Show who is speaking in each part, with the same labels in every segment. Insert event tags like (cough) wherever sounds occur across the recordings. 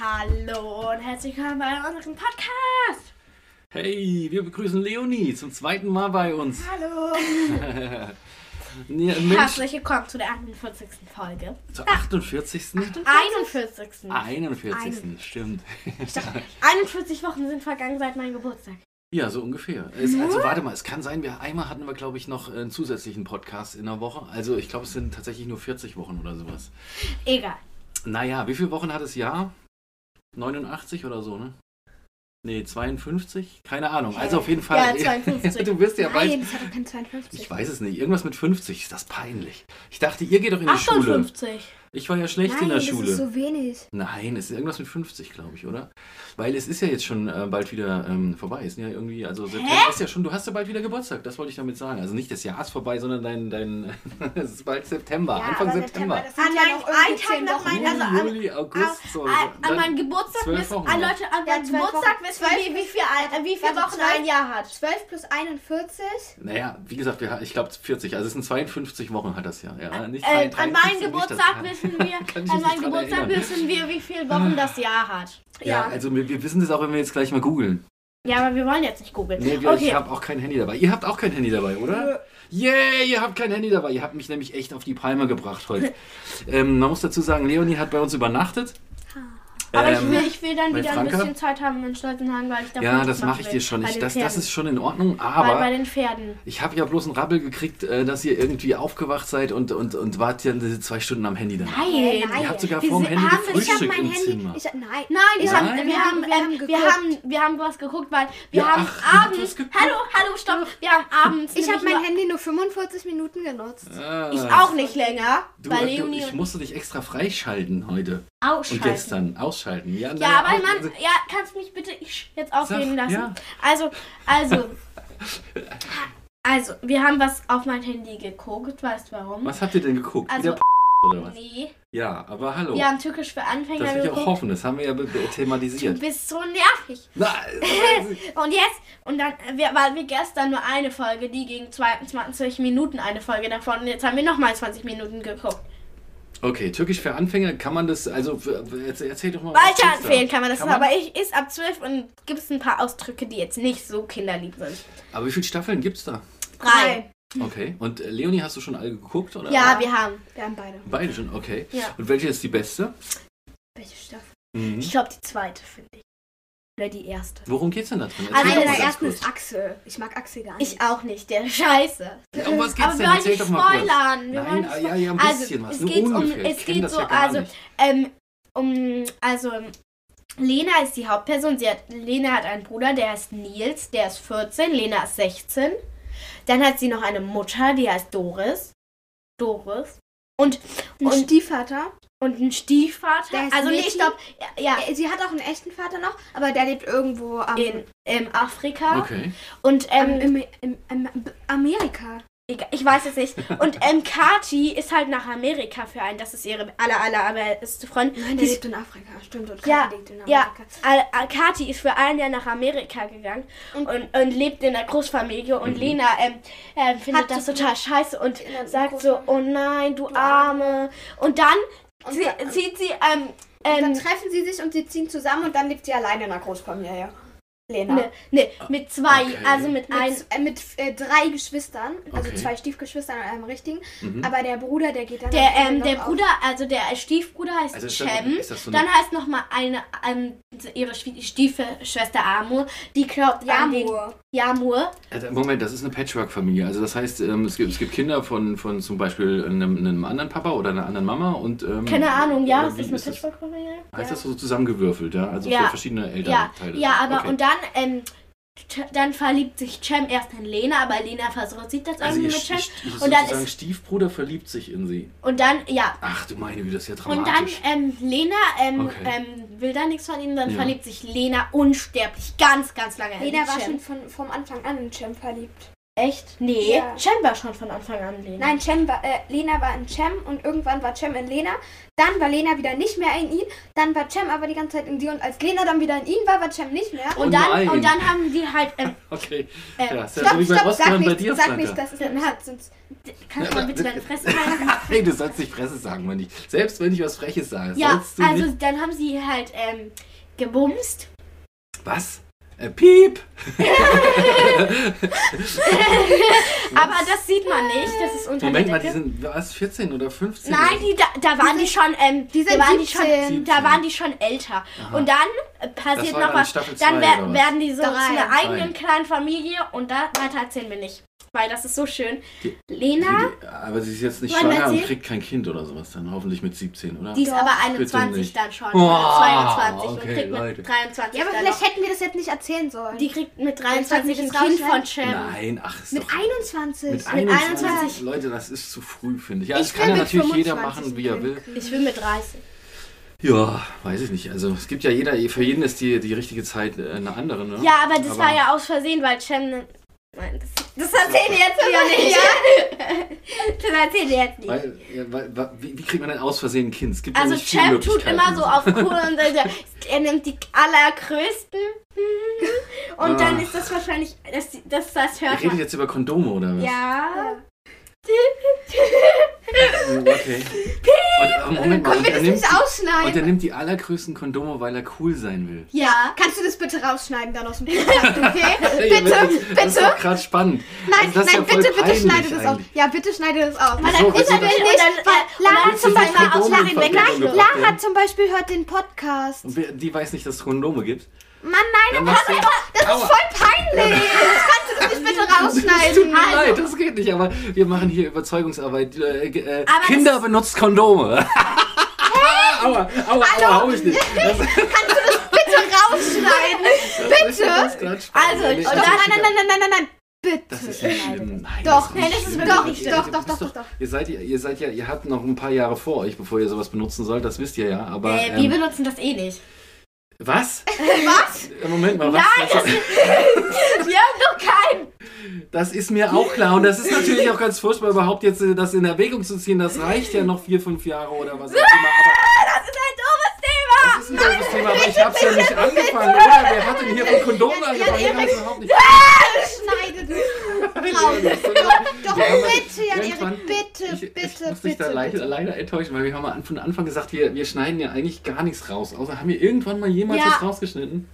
Speaker 1: Hallo und herzlich willkommen bei unserem Podcast.
Speaker 2: Hey, wir begrüßen Leonie zum zweiten Mal bei uns.
Speaker 1: Hallo.
Speaker 2: Nee, Mensch,
Speaker 1: Herzlich willkommen zu der 41. Folge.
Speaker 2: zur 48.
Speaker 1: 41.
Speaker 2: 41. Stimmt.
Speaker 1: Ich dachte, 41 Wochen sind vergangen seit meinem Geburtstag.
Speaker 2: Ja, so ungefähr. Es, also warte mal, es kann sein, wir einmal hatten wir, glaube ich, noch einen zusätzlichen Podcast in der Woche. Also ich glaube, es sind tatsächlich nur 40 Wochen oder sowas.
Speaker 1: Egal.
Speaker 2: Naja, wie viele Wochen hat das Jahr? 89 oder so, ne? Nee, 52? Keine Ahnung. Also auf jeden
Speaker 1: Ja,
Speaker 2: Fall.
Speaker 1: 52.
Speaker 2: (laughs) du bist ja bald.
Speaker 1: Nein, das hat doch kein 52.
Speaker 2: Ich weiß es nicht. Irgendwas mit 50. Ist das peinlich? Ich dachte, ihr geht doch in die Schule.
Speaker 1: 58.
Speaker 2: Ich war ja schlecht in
Speaker 3: Nein,
Speaker 2: der
Speaker 3: das
Speaker 2: Schule.
Speaker 3: ist so wenig.
Speaker 2: Nein, es ist irgendwas mit 50, glaube ich, oder? Weil es ist ja jetzt schon äh, bald wieder ähm, vorbei. Ist ja irgendwie, also September ist ja schon, du hast ja bald wieder Geburtstag, das wollte ich damit sagen. Also nicht das Jahr ist vorbei, sondern dein, dein (laughs) es ist bald September, Anfang September.
Speaker 3: das sind ja noch irgendwie zehn Wochen.
Speaker 1: meinem, also
Speaker 2: Juli,
Speaker 1: an,
Speaker 2: Juli, August,
Speaker 1: Ah,
Speaker 2: so.
Speaker 1: an, an
Speaker 2: dann-
Speaker 1: meinem Geburtstag
Speaker 2: zwölf
Speaker 1: wissen,
Speaker 2: Wochen
Speaker 1: an
Speaker 2: noch.
Speaker 1: Leute, an
Speaker 3: Ja,
Speaker 1: meinem
Speaker 3: zwölf
Speaker 1: Geburtstag
Speaker 3: Wochen.
Speaker 1: wissen wir, wie viel, äh, wie viel
Speaker 3: Warte,
Speaker 1: Wochen
Speaker 3: zwölf-
Speaker 1: ein Jahr hat.
Speaker 3: 12 plus 41.
Speaker 2: Naja, wie gesagt, wir, ich glaube 40, also es sind 52 Wochen hat das Jahr. Ja, nicht
Speaker 1: Äh,
Speaker 2: 53,
Speaker 1: an meinem
Speaker 2: nicht das
Speaker 1: Geburtstag
Speaker 2: Jahr.
Speaker 1: wissen wir,
Speaker 2: (laughs) Kann ich
Speaker 1: an
Speaker 2: mich
Speaker 1: meinem
Speaker 2: dran
Speaker 1: Geburtstag
Speaker 2: erinnern.
Speaker 1: wissen wir, wie viele Wochen das Jahr hat.
Speaker 2: Ja, also wir, wir wissen das auch, wenn wir jetzt gleich mal googeln.
Speaker 1: Ja, aber wir wollen jetzt nicht googeln.
Speaker 2: Nee, wir, ich
Speaker 1: okay.
Speaker 2: habe auch kein Handy dabei. Ihr habt auch kein Handy dabei, oder? Yeah, ihr habt kein Handy dabei. Ihr habt mich nämlich echt auf die Palme
Speaker 1: (laughs)
Speaker 2: gebracht heute. ähm, man muss dazu sagen, Leonie hat bei uns übernachtet.
Speaker 1: Ah. aber ich,
Speaker 2: Ähm,
Speaker 1: will, ich will dann
Speaker 2: bei
Speaker 1: wieder ein
Speaker 2: Franka?
Speaker 1: bisschen Zeit haben in Stolzenhagen, weil ich da
Speaker 2: ja, das mache ich dir schon. Ich, das, das ist schon in Ordnung, aber
Speaker 1: bei, bei den Pferden.
Speaker 2: ich habe ja bloß einen Rabbel gekriegt, äh, dass ihr irgendwie aufgewacht seid und, und, und wart ja diese zwei Stunden am Handy dann.
Speaker 1: Nein,
Speaker 3: nein.
Speaker 2: Ihr habt sogar
Speaker 1: Wir
Speaker 2: vorm
Speaker 1: sind-
Speaker 2: Handy
Speaker 1: haben- ich hab
Speaker 3: Ich habe
Speaker 2: gefrühstückt
Speaker 3: mein
Speaker 2: im
Speaker 3: Handy.
Speaker 2: Zimmer.
Speaker 3: Ich, nein.
Speaker 1: Nein, ich
Speaker 2: Nein?
Speaker 1: Hab, wir, haben,
Speaker 3: wir haben
Speaker 1: ähm, wir,
Speaker 3: geguckt.
Speaker 1: haben, wir haben was geguckt, weil wir
Speaker 2: Ja,
Speaker 1: haben
Speaker 2: ach, ihr habt
Speaker 1: abends.
Speaker 2: was geguckt.
Speaker 1: Hallo, hallo, stopp. Wir haben abends.
Speaker 3: Ich habe
Speaker 1: nämlich
Speaker 3: mein Handy nur 45 Minuten genutzt.
Speaker 2: Ah,
Speaker 1: nur- Ich auch nicht länger.
Speaker 2: Du,
Speaker 1: weil
Speaker 2: du,
Speaker 1: Leonie
Speaker 2: ich musste dich extra freischalten heute
Speaker 1: ausschalten.
Speaker 2: und gestern ausschalten. Ja,
Speaker 1: Ja,
Speaker 2: naja, also
Speaker 1: aber
Speaker 2: auch-
Speaker 1: man, ja, kannst mich bitte ich jetzt ausreden
Speaker 2: Sag,
Speaker 1: lassen.
Speaker 2: ja.
Speaker 1: Also,
Speaker 2: (laughs)
Speaker 1: also, also, wir haben was auf mein Handy geguckt, weißt du warum?
Speaker 2: Was habt ihr denn geguckt?
Speaker 1: Also-
Speaker 2: Wieder P oder was?
Speaker 1: Nee,
Speaker 2: Ja, aber hallo.
Speaker 1: wir haben Türkisch für
Speaker 2: das
Speaker 1: Anfänger
Speaker 2: will ich auch
Speaker 1: geguckt.
Speaker 2: hoffen, das haben wir ja be- be-
Speaker 1: Du (laughs)
Speaker 2: thematisiert.
Speaker 1: bist so nervig.
Speaker 2: Nein,
Speaker 1: Und jetzt, und dann, äh, wir, weil wir gestern nur eine Folge, die ging 22 Minuten eine Folge davon, und jetzt haben wir nochmal 20 Minuten geguckt.
Speaker 2: okay, Türkisch für Anfänger, kann man das, also w- w- erzähl, erzähl doch mal. was
Speaker 1: Weiter
Speaker 2: gibt's da?
Speaker 1: empfehlen kann man das,
Speaker 2: Oh, Kann man-
Speaker 1: aber ich ist ab 12 und gibt es ein paar Ausdrücke, die jetzt nicht so kinderlieb sind.
Speaker 2: Aber wie viele Staffeln gibt's da?
Speaker 1: Drei.
Speaker 2: Okay, und äh, Leonie, hast du schon alle geguckt? Oder?
Speaker 1: Hm. Ja, wir haben.
Speaker 2: Hm?
Speaker 3: Wir haben beide.
Speaker 2: Beide schon, okay.
Speaker 1: Ja.
Speaker 2: Und welche ist die beste?
Speaker 3: Welche Staffel?
Speaker 2: Mhm.
Speaker 1: Ich glaube, die zweite finde ich. Oder die erste.
Speaker 2: Worum geht's denn da drin? Erzähl
Speaker 1: Also
Speaker 2: doch
Speaker 3: Eine
Speaker 2: mal
Speaker 3: der
Speaker 2: ganz
Speaker 3: ersten
Speaker 2: kurz.
Speaker 3: ist Axel. Ich mag Axel gar nicht.
Speaker 1: Ich auch nicht, der Scheiße.
Speaker 2: Um was geht's
Speaker 1: Aber wir
Speaker 2: denn?
Speaker 1: wollen
Speaker 2: Erzähl
Speaker 1: nicht
Speaker 2: doch mal kurz.
Speaker 1: spoilern. Wir
Speaker 2: Nein,
Speaker 1: wollen nicht
Speaker 2: ah, ja, ja, ein
Speaker 1: spoilern.
Speaker 2: bisschen was,
Speaker 1: also,
Speaker 2: nur
Speaker 1: Es geht um,
Speaker 2: ungefähr. Ich
Speaker 1: es
Speaker 2: kenn
Speaker 1: geht
Speaker 2: das
Speaker 1: so,
Speaker 2: ja gar
Speaker 1: also,
Speaker 2: nicht.
Speaker 1: ähm, um, also, Lena ist die Hauptperson. Sie hat, Lena hat einen Bruder, der heißt Nils, der ist 14, Lena ist 16. Dann hat sie noch eine Mutter, die heißt Doris. Doris. Und,
Speaker 3: Ein
Speaker 1: und,
Speaker 3: Stiefvater.
Speaker 1: und ein Stiefvater.
Speaker 3: Der heißt
Speaker 1: Also, nee,
Speaker 3: Michi.
Speaker 1: ich glaube, ja, ja
Speaker 3: Äh, Sie hat auch einen echten Vater noch, aber der lebt irgendwo am,
Speaker 1: in ähm, Afrika.
Speaker 2: Okay.
Speaker 1: Und ähm,
Speaker 3: am, im, im, im, Amerika.
Speaker 1: Egal, ich weiß es nicht. Und ähm, Kati ist halt nach Amerika für einen. Das ist ihre aller, aller, allerbeste Freundin.
Speaker 3: Nein,
Speaker 1: Die
Speaker 3: der
Speaker 1: ist,
Speaker 3: lebt in Afrika. Stimmt, und
Speaker 1: Ja,
Speaker 3: Kathi lebt in
Speaker 1: ja,
Speaker 3: Amerika.
Speaker 1: all, all, Kati ist für einen Jahr nach Amerika gegangen und, und, lebt in der Großfamilie.
Speaker 2: Mhm.
Speaker 1: Und Lena ähm, ähm, findet
Speaker 3: Hat
Speaker 1: das
Speaker 3: so-
Speaker 1: total scheiße und
Speaker 3: In der
Speaker 1: sagt so,
Speaker 3: Großfamilie.
Speaker 1: oh nein, du Arme. Und dann
Speaker 3: Und
Speaker 1: zie-
Speaker 3: dann-
Speaker 1: zieht sie, ähm,
Speaker 3: Dann
Speaker 1: ähm,
Speaker 3: treffen sie sich und sie ziehen zusammen und dann lebt sie alleine in einer Großfamilie. Lena.
Speaker 1: ne, ne, mit zwei,
Speaker 2: Okay.
Speaker 1: also mit,
Speaker 3: Mit,
Speaker 1: ein,
Speaker 3: z- äh, mit äh, drei Geschwistern, also
Speaker 2: Okay.
Speaker 3: zwei Stiefgeschwistern und einem richtigen.
Speaker 2: Mhm.
Speaker 3: Aber der Bruder, der geht dann.
Speaker 1: Der,
Speaker 3: am Ende
Speaker 1: ähm, der
Speaker 3: noch
Speaker 1: Bruder, also der Stiefbruder heißt
Speaker 2: Also ist das-
Speaker 1: Cem.
Speaker 2: ist das so eine-
Speaker 1: dann heißt nochmal eine, ähm, ihre Schwie- Stiefschwester Amur. Die glaubt
Speaker 3: auf
Speaker 1: an den
Speaker 3: Jamur.
Speaker 1: Jamur.
Speaker 2: Also, Moment, das ist eine Patchwork-Familie. Also das heißt, ähm, es, gibt, es gibt Kinder von, von zum Beispiel einem, einem anderen Papa oder einer anderen Mama und ähm,
Speaker 1: Keine Ahnung, ja,
Speaker 2: oder
Speaker 1: ist
Speaker 2: wie
Speaker 1: das eine
Speaker 2: das?
Speaker 1: Patchwork-Familie?
Speaker 2: Heißt das so zusammengewürfelt, ja? Also
Speaker 1: Ja.
Speaker 2: für verschiedene
Speaker 1: Ja,
Speaker 2: Elternteile.
Speaker 1: ja, aber
Speaker 2: okay.
Speaker 1: und dann, ähm, t- dann verliebt sich Cem erst in Lena, aber Lena versucht sich das
Speaker 2: also
Speaker 1: irgendwie
Speaker 2: ihr
Speaker 1: mit Cem.
Speaker 2: Sch-
Speaker 1: Und dann
Speaker 2: sozusagen
Speaker 1: ist-
Speaker 2: Stiefbruder verliebt sich in sie.
Speaker 1: Und dann, ja.
Speaker 2: Ach du meine Güte, das ist ja
Speaker 1: Und dann,
Speaker 2: dramatisch.
Speaker 1: ähm, Lena, ähm,
Speaker 2: Okay.
Speaker 1: ähm, will da nichts von ihm, dann
Speaker 2: Ja.
Speaker 1: verliebt sich Lena unsterblich, ganz, ganz lange in
Speaker 3: Lena war
Speaker 1: Cem.
Speaker 3: schon von, vom Anfang an in Cem verliebt.
Speaker 1: Echt? Nee.
Speaker 3: Ja.
Speaker 1: Cem war schon von Anfang an Lena.
Speaker 3: Nein, Cem war, äh, Lena war in Cem und irgendwann war Cem in Lena. Dann war Lena wieder nicht mehr in ihn. Dann war Cem aber die ganze Zeit in sie. Und als Lena dann wieder in ihn war, war Cem nicht mehr.
Speaker 2: Oh
Speaker 1: Und dann,
Speaker 2: nein.
Speaker 1: und dann haben die halt. Ähm,
Speaker 2: Okay.
Speaker 1: äh,
Speaker 2: ja, ist ja
Speaker 3: Stopp,
Speaker 2: so wie bei
Speaker 3: stopp, sag
Speaker 2: Osman bei dir,
Speaker 3: nicht, sag
Speaker 2: Franka. (laughs)
Speaker 3: nicht, das ist ein Herz. Sonst
Speaker 1: kannst du mal bitte deine Fresse halten?
Speaker 2: Nein, du sollst nicht Fresse sagen, wenn ich. Selbst wenn ich was Freches sage,
Speaker 1: Ja,
Speaker 2: sollst du
Speaker 1: also
Speaker 2: nicht.
Speaker 1: dann haben sie halt ähm, gebumst.
Speaker 2: Was? Äh, piep!
Speaker 1: Aber das sieht man nicht. Das ist unter
Speaker 2: Moment
Speaker 1: der
Speaker 2: mal, die
Speaker 1: Decke.
Speaker 2: sind was 14 oder 15?
Speaker 1: Nein, die, da, da waren die, schon, ähm,
Speaker 3: die sind
Speaker 1: da waren die schon,
Speaker 3: 17.
Speaker 1: da waren die schon älter.
Speaker 2: Aha.
Speaker 1: Und dann äh, passiert
Speaker 2: war
Speaker 1: noch
Speaker 2: dann
Speaker 1: was.
Speaker 2: Staffel
Speaker 1: Dann
Speaker 2: zwei
Speaker 1: wer-
Speaker 2: oder was?
Speaker 1: werden die so zu
Speaker 3: Drei.
Speaker 1: einer eigenen
Speaker 2: Drei.
Speaker 1: kleinen Familie und da weiter erzählen wir nicht, weil das ist so schön.
Speaker 2: Die-
Speaker 1: Lena,
Speaker 2: Die- Aber sie ist jetzt nicht
Speaker 1: Wollen wir
Speaker 2: schwanger und
Speaker 1: erzählen?
Speaker 2: kriegt kein Kind oder sowas dann, hoffentlich mit 17, oder?
Speaker 1: die ist
Speaker 3: Doch,
Speaker 1: aber
Speaker 3: bitte
Speaker 1: 21
Speaker 2: nicht.
Speaker 1: dann schon,
Speaker 2: Wow,
Speaker 1: 22 und
Speaker 2: okay,
Speaker 1: kriegt mit
Speaker 2: Leute.
Speaker 1: 23.
Speaker 3: ja, aber
Speaker 1: dann
Speaker 3: vielleicht
Speaker 1: noch.
Speaker 3: hätten wir das jetzt nicht erzählen sollen.
Speaker 1: die kriegt mit 23 ein
Speaker 3: Jetzt
Speaker 1: Kind von
Speaker 3: rausschneiden?
Speaker 1: Cem.
Speaker 2: Nein, ach, ist
Speaker 3: mit
Speaker 2: doch,
Speaker 3: 21.
Speaker 2: mit
Speaker 1: ähm, mit
Speaker 2: 21.
Speaker 1: 21.
Speaker 2: Leute, das ist zu früh, finde ich. Ja,
Speaker 3: Ich
Speaker 2: das
Speaker 3: will
Speaker 2: kann ja
Speaker 3: mit
Speaker 2: natürlich jeder
Speaker 3: 25
Speaker 2: machen, wie er will.
Speaker 1: Ich will mit 30.
Speaker 2: Ja, weiß ich nicht. Also, es gibt ja jeder, für jeden ist die, die richtige Zeit äh, eine andere, ne?
Speaker 1: Ja, aber das war ja aus Versehen, weil Cem. ne- Nein, das, das erzählen wir
Speaker 3: (laughs)
Speaker 1: jetzt wieder nicht. (laughs) Das erzählen wir jetzt nicht.
Speaker 2: Weil, ja, weil, weil, wie, wie kriegt man denn aus Versehen ein Kind? Es gibt ja
Speaker 1: Also
Speaker 2: nicht viele
Speaker 1: Cem tut
Speaker 2: Möglichkeiten.
Speaker 1: immer so
Speaker 2: (laughs)
Speaker 1: auf cool (laughs) und äh, er nimmt die allergrößten und dann
Speaker 2: Ah.
Speaker 1: ist das wahrscheinlich, dass das, das
Speaker 2: Ihr
Speaker 1: hört
Speaker 2: redet
Speaker 1: man.
Speaker 2: jetzt über Kondome oder was?
Speaker 1: Ja. (laughs)
Speaker 2: Okay. Und, äh, Moment mal,
Speaker 3: Können
Speaker 2: und
Speaker 3: wir
Speaker 2: er, nimmt,
Speaker 3: das nicht
Speaker 2: und er
Speaker 3: ausschneiden?
Speaker 2: nimmt die allergrößten Kondome, weil er cool sein will.
Speaker 1: Ja.
Speaker 3: Kannst du das bitte rausschneiden dann aus (laughs) dem
Speaker 1: (laughs)
Speaker 3: Podcast, okay?
Speaker 2: Ey,
Speaker 3: bitte,
Speaker 2: das- Das ist
Speaker 3: bitte.
Speaker 2: doch gerade spannend.
Speaker 3: Nein,
Speaker 2: Also das ist
Speaker 3: nein,
Speaker 2: ja voll
Speaker 3: bitte, bitte
Speaker 2: peinlich
Speaker 3: schneide das aus.
Speaker 2: eigentlich.
Speaker 3: Ja, bitte schneide das aus.
Speaker 1: Weil
Speaker 2: Wieso?
Speaker 1: dann ist er
Speaker 2: Willst
Speaker 1: nicht
Speaker 2: du
Speaker 1: und
Speaker 3: das-
Speaker 1: dann, weil
Speaker 3: Lara
Speaker 1: Lara
Speaker 2: Willst du
Speaker 1: zum
Speaker 2: nicht
Speaker 1: Beispiel
Speaker 2: mit
Speaker 1: aus
Speaker 2: Drogen
Speaker 1: Larin weg.
Speaker 2: verbinden?
Speaker 1: Nein,
Speaker 3: Lara zum Beispiel hört den Podcast.
Speaker 2: Und wer- die weiß nicht, dass es Kondome gibt.
Speaker 3: Mann, nein,
Speaker 2: Dann machst du-
Speaker 3: das
Speaker 2: Aua.
Speaker 3: ist
Speaker 2: (laughs)
Speaker 3: voll peinlich. Das kannst du doch nicht
Speaker 2: Es
Speaker 3: bitte
Speaker 2: tut mir
Speaker 3: (laughs) rausschneiden. also.
Speaker 2: leid, das geht nicht, aber wir machen hier Überzeugungsarbeit. Äh, äh,
Speaker 1: Aber
Speaker 2: Kinder
Speaker 1: das-
Speaker 2: benutzt Kondome. (laughs) aua, aua, aua, hau
Speaker 3: (laughs)
Speaker 2: ich nicht. Das,
Speaker 3: Bitte rausschneiden.
Speaker 2: das
Speaker 3: Bitte?
Speaker 2: Das ist grad spannend.
Speaker 1: Also,
Speaker 2: Nee,
Speaker 1: und
Speaker 2: das
Speaker 3: Doch,
Speaker 1: dann-
Speaker 2: ist nicht
Speaker 3: nein, nein, nein, nein, nein, nein, nein.
Speaker 2: Das
Speaker 3: Bitte.
Speaker 2: ist nicht schlimm. Nein,
Speaker 3: Doch,
Speaker 2: ist
Speaker 1: nee,
Speaker 2: nicht
Speaker 1: das ist
Speaker 2: schlimm.
Speaker 1: wirklich nicht schlimm.
Speaker 2: Ihr- ihr
Speaker 3: Doch, doch,
Speaker 2: wisst
Speaker 3: doch, doch.
Speaker 2: Ihr seid, ja- ihr seid ja, ihr habt noch ein paar Jahre vor euch, bevor ihr sowas benutzen sollt, das wisst ihr ja, aber.
Speaker 1: Äh, wir
Speaker 2: ähm,
Speaker 1: benutzen das eh (laughs) nicht.
Speaker 2: was?
Speaker 3: Was?
Speaker 2: Äh, Moment mal, was? was,
Speaker 1: Wir haben doch keinen.
Speaker 2: das ist mir auch klar und das ist natürlich auch ganz furchtbar, überhaupt jetzt äh, das in Erwägung zu ziehen. Das reicht ja noch vier, fünf Jahre oder was auch immer. Aber
Speaker 1: Das ist ein doofes Thema.
Speaker 2: Das ist ein doofes Thema, aber ich hab's ja nicht angefangen, oder? Wer hat denn hier von Kondomen angefangen? Ich hab's überhaupt nicht.
Speaker 3: Schneidet es. Doch,
Speaker 2: Wir haben-
Speaker 3: bitte, Jan
Speaker 2: irgendwann-
Speaker 3: Erik, bitte,
Speaker 2: ich, ich
Speaker 3: bitte,
Speaker 2: muss dich da
Speaker 3: bitte,
Speaker 2: leider,
Speaker 3: bitte.
Speaker 2: leider enttäuschen, weil wir haben an- von Anfang gesagt, wir, wir schneiden ja eigentlich gar nichts raus. Außer haben wir irgendwann mal jemals
Speaker 1: Ja.
Speaker 2: was rausgeschnitten?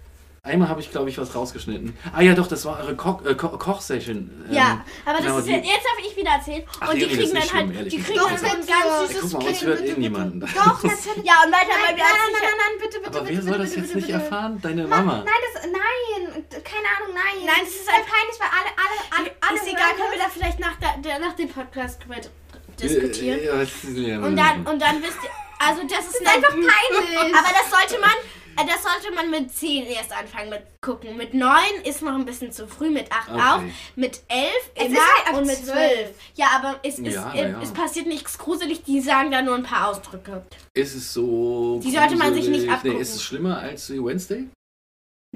Speaker 2: Einmal habe ich, glaube ich, was rausgeschnitten. Ah ja, doch, das war eure Koch, äh, Ko Kochsession. Ähm,
Speaker 1: Ja, aber das
Speaker 2: genau,
Speaker 1: ist
Speaker 2: die-
Speaker 1: jetzt, jetzt darf ich wieder erzählen.
Speaker 2: Ach,
Speaker 1: und die
Speaker 2: Leonie, das
Speaker 1: kriegen
Speaker 2: ist
Speaker 1: dann halt,
Speaker 2: nicht schlimm, ehrlich
Speaker 1: die
Speaker 2: nicht.
Speaker 1: kriegen
Speaker 3: Doch,
Speaker 1: dann so ein
Speaker 3: bitte.
Speaker 1: ganz
Speaker 2: Ey,
Speaker 1: süßes
Speaker 2: guck mal, uns
Speaker 1: Kind.
Speaker 2: hört eh niemanden.
Speaker 3: Doch, natürlich.
Speaker 1: Ja, und weiter, weil wir
Speaker 3: Nein, nein,
Speaker 1: uns
Speaker 3: nein,
Speaker 1: nicht.
Speaker 3: nein, nein, bitte, bitte,
Speaker 2: Aber
Speaker 3: bitte,
Speaker 2: wer soll
Speaker 3: bitte,
Speaker 2: das
Speaker 3: bitte,
Speaker 2: jetzt
Speaker 3: bitte,
Speaker 2: nicht
Speaker 3: bitte.
Speaker 2: erfahren? Deine
Speaker 3: Mann,
Speaker 2: Mama.
Speaker 3: Nein, das, nein, keine Ahnung, nein.
Speaker 1: Nein, es ist
Speaker 3: voll peinlich, weil alle, alle, alle, alle
Speaker 1: Ist egal,
Speaker 3: hören
Speaker 1: können wir da
Speaker 3: das.
Speaker 1: vielleicht nach, der- der, nach dem Podcast drüber diskutieren.
Speaker 2: Äh, ja, das ist ja-
Speaker 1: Und dann, und dann wisst ihr, also das ist,
Speaker 3: Das ist einfach peinlich.
Speaker 1: Aber das sollte man, äh, das sollte man mit 10 erst anfangen mit gucken. Mit 9 ist noch ein bisschen zu früh, mit 8
Speaker 2: Okay.
Speaker 1: auch, mit 11
Speaker 3: Es
Speaker 1: immer
Speaker 3: ist halt ab
Speaker 1: und mit 12.
Speaker 3: 12.
Speaker 1: Ja, aber es, ist,
Speaker 2: Ja,
Speaker 1: äh,
Speaker 2: ja.
Speaker 1: es passiert nichts gruselig, die sagen da nur ein paar Ausdrücke.
Speaker 2: Ist es so.
Speaker 1: Die sollte man sich
Speaker 2: gruselig?
Speaker 1: nicht abgucken.
Speaker 2: Nee, ist es schlimmer als die Wednesday?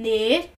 Speaker 1: Nee,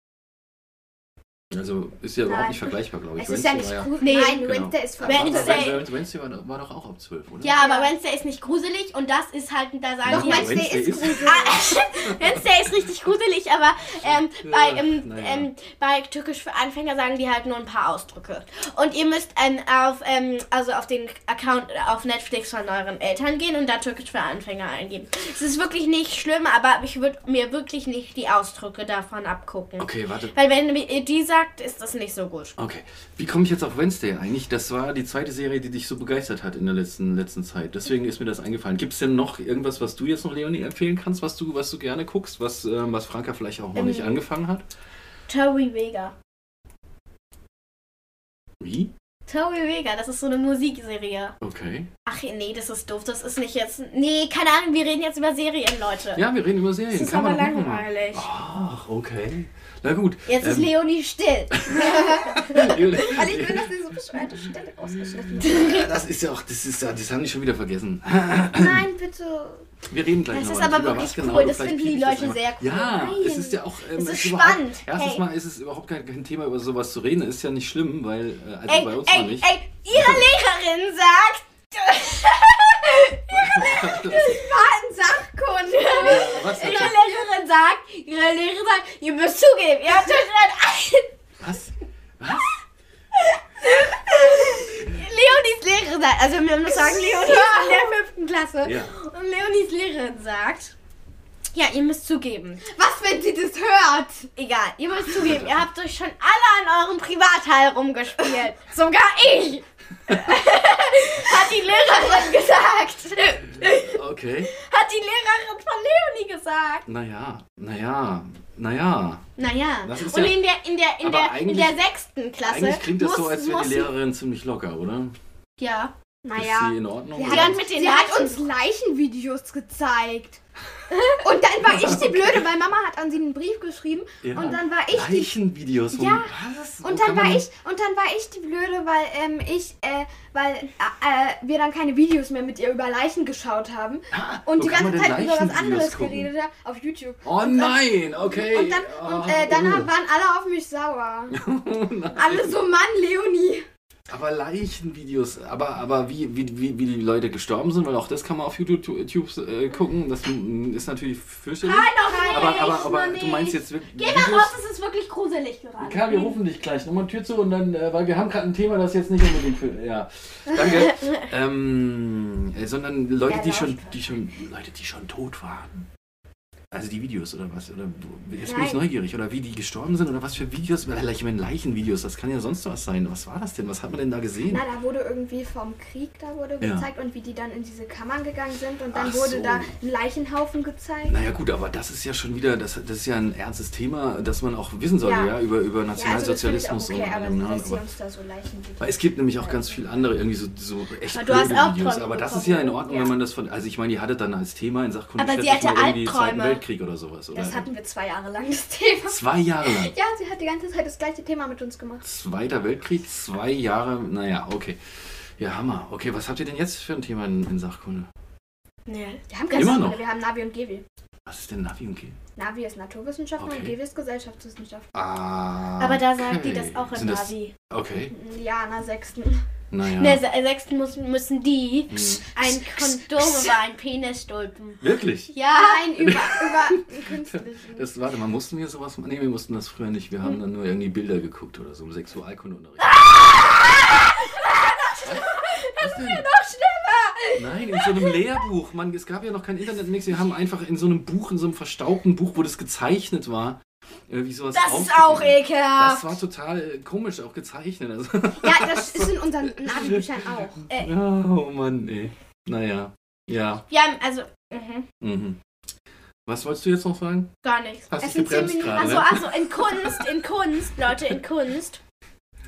Speaker 2: Also ist ja überhaupt
Speaker 1: Nein.
Speaker 2: nicht vergleichbar, glaube ich.
Speaker 3: Es ist ja nicht
Speaker 2: Wednesday war
Speaker 3: cool.
Speaker 1: Nee.
Speaker 3: Nein,
Speaker 2: Genau.
Speaker 3: Wednesday ist voll.
Speaker 2: Aber
Speaker 1: Wednesday-
Speaker 2: Wednesday, Wednesday war, doch- war doch auch ab 12, oder?
Speaker 1: ja, aber
Speaker 3: Ja.
Speaker 1: Wednesday ist nicht gruselig und das ist halt, da sagen
Speaker 2: Ja,
Speaker 1: die
Speaker 3: Doch,
Speaker 1: halt,
Speaker 2: Wednesday
Speaker 3: Wednesday ist
Speaker 2: ist-
Speaker 3: gruselig.
Speaker 1: (laughs) Ah, Wednesday ist richtig gruselig, aber ähm, bei, ähm,
Speaker 2: naja.
Speaker 1: ähm, bei Türkisch für Anfänger sagen die halt nur ein paar Ausdrücke. Und ihr müsst ähm, auf, ähm, also auf den Account auf Netflix von euren Eltern gehen und da Türkisch für Anfänger eingeben. Es ist wirklich nicht schlimm, aber ich würde mir wirklich nicht die Ausdrücke davon abgucken.
Speaker 2: Okay, warte.
Speaker 1: Weil wenn ihr die sagt, ist das nicht so gut.
Speaker 2: Okay. Wie komme ich jetzt auf Wednesday eigentlich? Das war die zweite Serie, die dich so begeistert hat in der letzten, letzten Zeit. Deswegen ist mir das eingefallen. Gibt es denn noch irgendwas, was du jetzt noch Leonie empfehlen kannst, was du, was du gerne guckst, was, ähm, was Franka vielleicht auch noch
Speaker 1: Ähm.
Speaker 2: nicht angefangen hat?
Speaker 1: Toby Vega.
Speaker 2: Wie?
Speaker 1: Toby Vega, das ist so eine Musikserie.
Speaker 2: Okay.
Speaker 1: Ach nee, das ist doof, das ist nicht jetzt. Nee, keine Ahnung, wir reden jetzt über Serien, Leute.
Speaker 2: Ja, wir reden über Serien.
Speaker 1: Das ist
Speaker 2: Kann
Speaker 1: aber
Speaker 2: man doch machen.
Speaker 1: langweilig.
Speaker 2: Ach, ähm, okay. Na gut.
Speaker 1: Jetzt ist Also Leonie
Speaker 2: (laughs)
Speaker 1: still.
Speaker 3: Weil ich will, dass diese beschwerte Stelle ausgeschnitten wird.
Speaker 2: Das ist ja auch, das ist ja, das haben die schon wieder vergessen.
Speaker 3: Nein, bitte.
Speaker 2: Wir reden gleich
Speaker 1: Das
Speaker 2: noch
Speaker 1: ist
Speaker 2: mal
Speaker 1: aber
Speaker 2: drüber,
Speaker 1: wirklich
Speaker 2: was genau
Speaker 1: cool.
Speaker 2: du
Speaker 1: Das
Speaker 2: vielleicht
Speaker 1: finden die
Speaker 2: piepst, das
Speaker 1: Leute
Speaker 2: immer-
Speaker 1: sehr cool.
Speaker 2: Ja,
Speaker 3: Nein.
Speaker 2: es ist ja auch. ähm,
Speaker 1: Es ist
Speaker 2: überhaupt-
Speaker 1: spannend.
Speaker 2: Erstens
Speaker 1: Hey.
Speaker 2: mal ist es überhaupt kein, kein Thema, über sowas zu reden. Ist ja nicht schlimm, weil. äh, Also
Speaker 1: Ey,
Speaker 2: bei uns noch
Speaker 1: ey,
Speaker 2: nicht.
Speaker 1: ey, ihre Lehrerin sagt, (laughs)
Speaker 2: (laughs)
Speaker 3: Mann, Sachkunde.
Speaker 2: was,
Speaker 1: ihre Lehrerin sagt, ihre Lehrerin sagt, ihr müsst zugeben, ihr habt euch ein (laughs)
Speaker 2: was? Was?
Speaker 1: Leonis Lehrerin sagt, also wir müssen sagen, Leonie ist in der fünften Klasse.
Speaker 2: Ja.
Speaker 1: Und Leonis Lehrerin sagt, ja, ihr müsst zugeben.
Speaker 3: Was, wenn sie das hört?
Speaker 1: Egal, ihr müsst
Speaker 2: Ah.
Speaker 1: zugeben, ihr habt euch schon alle an eurem Privatteil rumgespielt. (laughs) Sogar ich. (laughs) Hat die Lehrerin gesagt.
Speaker 2: Okay.
Speaker 1: Hat die Lehrerin von Leonie gesagt.
Speaker 2: Naja, naja, naja.
Speaker 1: Naja,
Speaker 2: Das ist
Speaker 1: und
Speaker 2: ja-
Speaker 1: in der in der in
Speaker 2: Aber
Speaker 1: der in
Speaker 2: eigentlich-
Speaker 1: der sechsten Klasse
Speaker 2: Eigentlich klingt das
Speaker 1: muss,
Speaker 2: so, als wäre
Speaker 1: muss
Speaker 2: die Lehrerin ziemlich locker, oder?
Speaker 1: ja
Speaker 2: Ist
Speaker 3: Ah
Speaker 1: naja
Speaker 2: sie in Ordnung?
Speaker 1: Sie
Speaker 2: oder?
Speaker 1: hat mit den
Speaker 3: Sie hat
Speaker 1: Leichen-
Speaker 3: uns Leichenvideos gezeigt. Und dann war ich die Blöde, weil Mama hat an sie einen Brief geschrieben.
Speaker 2: Ja.
Speaker 3: Und dann war ich die
Speaker 2: Leichenvideos. wo-
Speaker 3: Ja.
Speaker 2: Was? Wo
Speaker 3: Und
Speaker 2: kann
Speaker 3: dann
Speaker 2: man-
Speaker 3: war ich und dann war ich die Blöde, weil ähm, ich äh, weil äh, äh, wir dann keine Videos mehr mit ihr über Leichen geschaut haben
Speaker 2: Ah,
Speaker 3: und
Speaker 2: wo
Speaker 3: die
Speaker 2: kann man
Speaker 3: ganze
Speaker 2: denn
Speaker 3: Zeit über was
Speaker 2: Leichenvideos
Speaker 3: anderes
Speaker 2: gucken?
Speaker 3: geredet haben auf YouTube.
Speaker 2: Oh nein, okay.
Speaker 3: Und dann und äh,
Speaker 2: Ah,
Speaker 3: dann
Speaker 2: oh.
Speaker 3: haben- waren alle auf
Speaker 2: (laughs)
Speaker 3: mich sauer.
Speaker 2: Oh nein.
Speaker 3: Alle so Mann Leonie.
Speaker 2: Aber Leichenvideos, aber, aber wie, wie, wie, wie die Leute gestorben sind, weil auch das kann man auf YouTube Tubes, äh, gucken. Das mm, ist natürlich fürchterlich.
Speaker 1: noch
Speaker 2: aber aber, aber du meinst jetzt wirklich.
Speaker 1: geh mal raus es ist wirklich gruselig gerade
Speaker 2: Karl, wir rufen dich gleich. Nochmal Tür zu und dann, äh, weil wir haben gerade ein Thema, das jetzt nicht unbedingt für. Ja. Danke. (laughs) ähm, äh, sondern Leute,
Speaker 1: Ja,
Speaker 2: die schon,
Speaker 1: laut.
Speaker 2: die schon. Leute, die schon tot waren. Also die Videos oder was? Oder wo- jetzt bin ich
Speaker 3: Nein.
Speaker 2: neugierig. Oder wie die gestorben sind oder was für Videos? Vielleicht ich meine Leichenvideos, das kann ja sonst was sein. Was war das denn? Was hat man denn da gesehen?
Speaker 3: Na, da wurde irgendwie vom Krieg da wurde
Speaker 2: Ja.
Speaker 3: gezeigt und wie die dann in diese Kammern gegangen sind und dann
Speaker 2: Ach
Speaker 3: wurde
Speaker 2: so.
Speaker 3: da ein Leichenhaufen gezeigt.
Speaker 2: Naja gut, aber das ist ja schon wieder, das, das ist ja ein ernstes Thema, das man auch wissen sollte, ja,
Speaker 3: Ja.
Speaker 2: über, über
Speaker 3: Ja, also das finde ich auch
Speaker 2: Nationalsozialismus
Speaker 3: okay,
Speaker 2: und
Speaker 3: aber
Speaker 2: allem Namen.
Speaker 3: dass sie
Speaker 2: Aber,
Speaker 3: uns da so Leichenvideos.
Speaker 2: aber es gibt nämlich auch ganz viel andere, irgendwie so, so echt
Speaker 1: Aber du hast
Speaker 2: blöde
Speaker 1: auch
Speaker 2: Videos.
Speaker 1: Träume
Speaker 2: Aber das ist
Speaker 1: bekommen,
Speaker 2: ja in Ordnung,
Speaker 1: ja.
Speaker 2: wenn man das von, also ich meine, die hatte dann als Thema in Sachkunde
Speaker 1: Aber
Speaker 2: schätze
Speaker 1: sie
Speaker 2: ich
Speaker 1: hatte
Speaker 2: mal irgendwie Zweiten
Speaker 1: Albträume.
Speaker 2: Weltkrieg oder sowas, oder?
Speaker 3: Das hatten wir zwei Jahre lang das Thema.
Speaker 2: Zwei Jahre lang.
Speaker 3: Ja, sie hat die ganze Zeit das gleiche Thema mit uns gemacht.
Speaker 2: Zweiter Weltkrieg, zwei Jahre, naja, okay. Ja, Hammer. Okay, was habt ihr denn jetzt für ein Thema in, in Sachkunde?
Speaker 1: nee.
Speaker 3: Wir haben keine
Speaker 2: Immer
Speaker 3: Sachkunde,
Speaker 2: noch?
Speaker 3: Wir haben Navi und Gewi.
Speaker 2: Was ist denn Navi und G?
Speaker 3: Navi ist Naturwissenschaften und
Speaker 2: Okay.
Speaker 3: Gewi ist Gesellschaftswissenschaften.
Speaker 2: Ah.
Speaker 1: aber da sagt die
Speaker 2: okay.
Speaker 1: das auch in
Speaker 2: Sind das-
Speaker 1: Navi
Speaker 2: Okay,
Speaker 3: Ja, in der sechsten.
Speaker 2: naja.
Speaker 1: in der se- sechsten müssen, müssen die
Speaker 2: Mhm.
Speaker 1: ein Kondom über einen Penis stülpen
Speaker 2: Wirklich?
Speaker 1: ja
Speaker 3: Nein, über,
Speaker 2: (laughs)
Speaker 3: über künstlichen.
Speaker 2: Das, warte mal, mussten wir sowas machen? Nee, wir mussten das früher nicht. Wir haben dann nur irgendwie Bilder geguckt oder so um im Sexualkundeunterricht. Was? Was denn?
Speaker 1: noch schlimmer
Speaker 2: Nein, in so einem Lehrbuch. Mann, es gab ja noch kein Internet, nichts. Wir haben einfach in so einem Buch, in so einem verstaubten Buch, wo das gezeichnet war, irgendwie sowas
Speaker 1: das ist auch
Speaker 2: aufgeschrieben.
Speaker 1: ekelhaft
Speaker 2: Das war total äh, komisch, auch gezeichnet. Also, (laughs)
Speaker 3: Ja, das ist in unseren Navi-Büchern auch.
Speaker 1: Äh.
Speaker 2: oh Mann, ey. Naja, ja.
Speaker 1: wir haben also mhm,
Speaker 2: Mhm. Was wolltest du jetzt noch sagen?
Speaker 1: gar nichts
Speaker 2: Hast dich
Speaker 3: Es sind zehn
Speaker 2: gebremst
Speaker 3: Minuten.
Speaker 2: gerade,
Speaker 1: also
Speaker 2: ne?
Speaker 1: also in Kunst in Kunst Leute in Kunst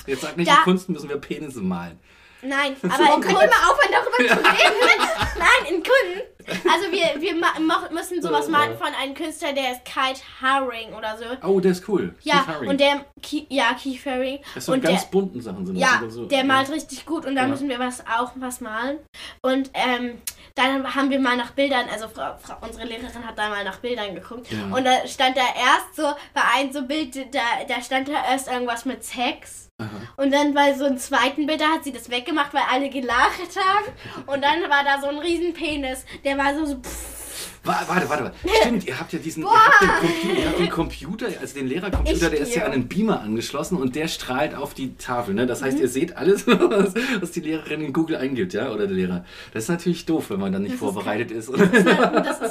Speaker 2: Jetzt sag nicht,
Speaker 1: ah, da-
Speaker 2: in Kunst müssen wir Penisse malen.
Speaker 1: Nein, aber in
Speaker 3: Können wir
Speaker 1: Kunst,
Speaker 3: mal aufhören, darüber zu reden?
Speaker 1: (laughs) nein, in Kunst. Also wir, wir ma- mo- müssen sowas
Speaker 2: Äh,
Speaker 1: machen
Speaker 2: äh.
Speaker 1: von einem Künstler, der ist Kite Haring oder so.
Speaker 2: Oh, der ist cool. Keith
Speaker 1: Ja,
Speaker 2: Haring.
Speaker 1: und der, Ki- ja, Keith Haring.
Speaker 2: Das sind
Speaker 1: Und
Speaker 2: ganz
Speaker 1: der,
Speaker 2: bunten Sachen sind das,
Speaker 1: ja,
Speaker 2: oder so.
Speaker 1: der malt richtig gut und da
Speaker 2: Ja.
Speaker 1: müssen wir was auch was malen. Und ähm, dann haben wir mal nach Bildern, also Frau, Frau, unsere Lehrerin hat da mal nach Bildern geguckt.
Speaker 2: Ja.
Speaker 1: Und da stand da erst so, bei einem so Bild, da, da stand da erst irgendwas mit Sex.
Speaker 2: Aha.
Speaker 1: Und dann bei so einem zweiten Bild, da hat sie das weggemacht, weil alle gelacht haben. Und dann war da so ein Riesenpenis, der war so, so pff,
Speaker 2: Wa- Warte, warte, warte. Stimmt, ihr habt ja diesen ihr habt den, Computer, ihr habt den Computer, also den Lehrercomputer,
Speaker 1: Ich
Speaker 2: der ist ja
Speaker 1: dir.
Speaker 2: an einen Beamer angeschlossen und der strahlt auf die Tafel. Ne? Das heißt, ihr seht alles, (laughs) was, was die Lehrerin in Google eingibt, ja, oder der Lehrer. Das ist natürlich doof, wenn man dann nicht vorbereitet ist.
Speaker 1: das ist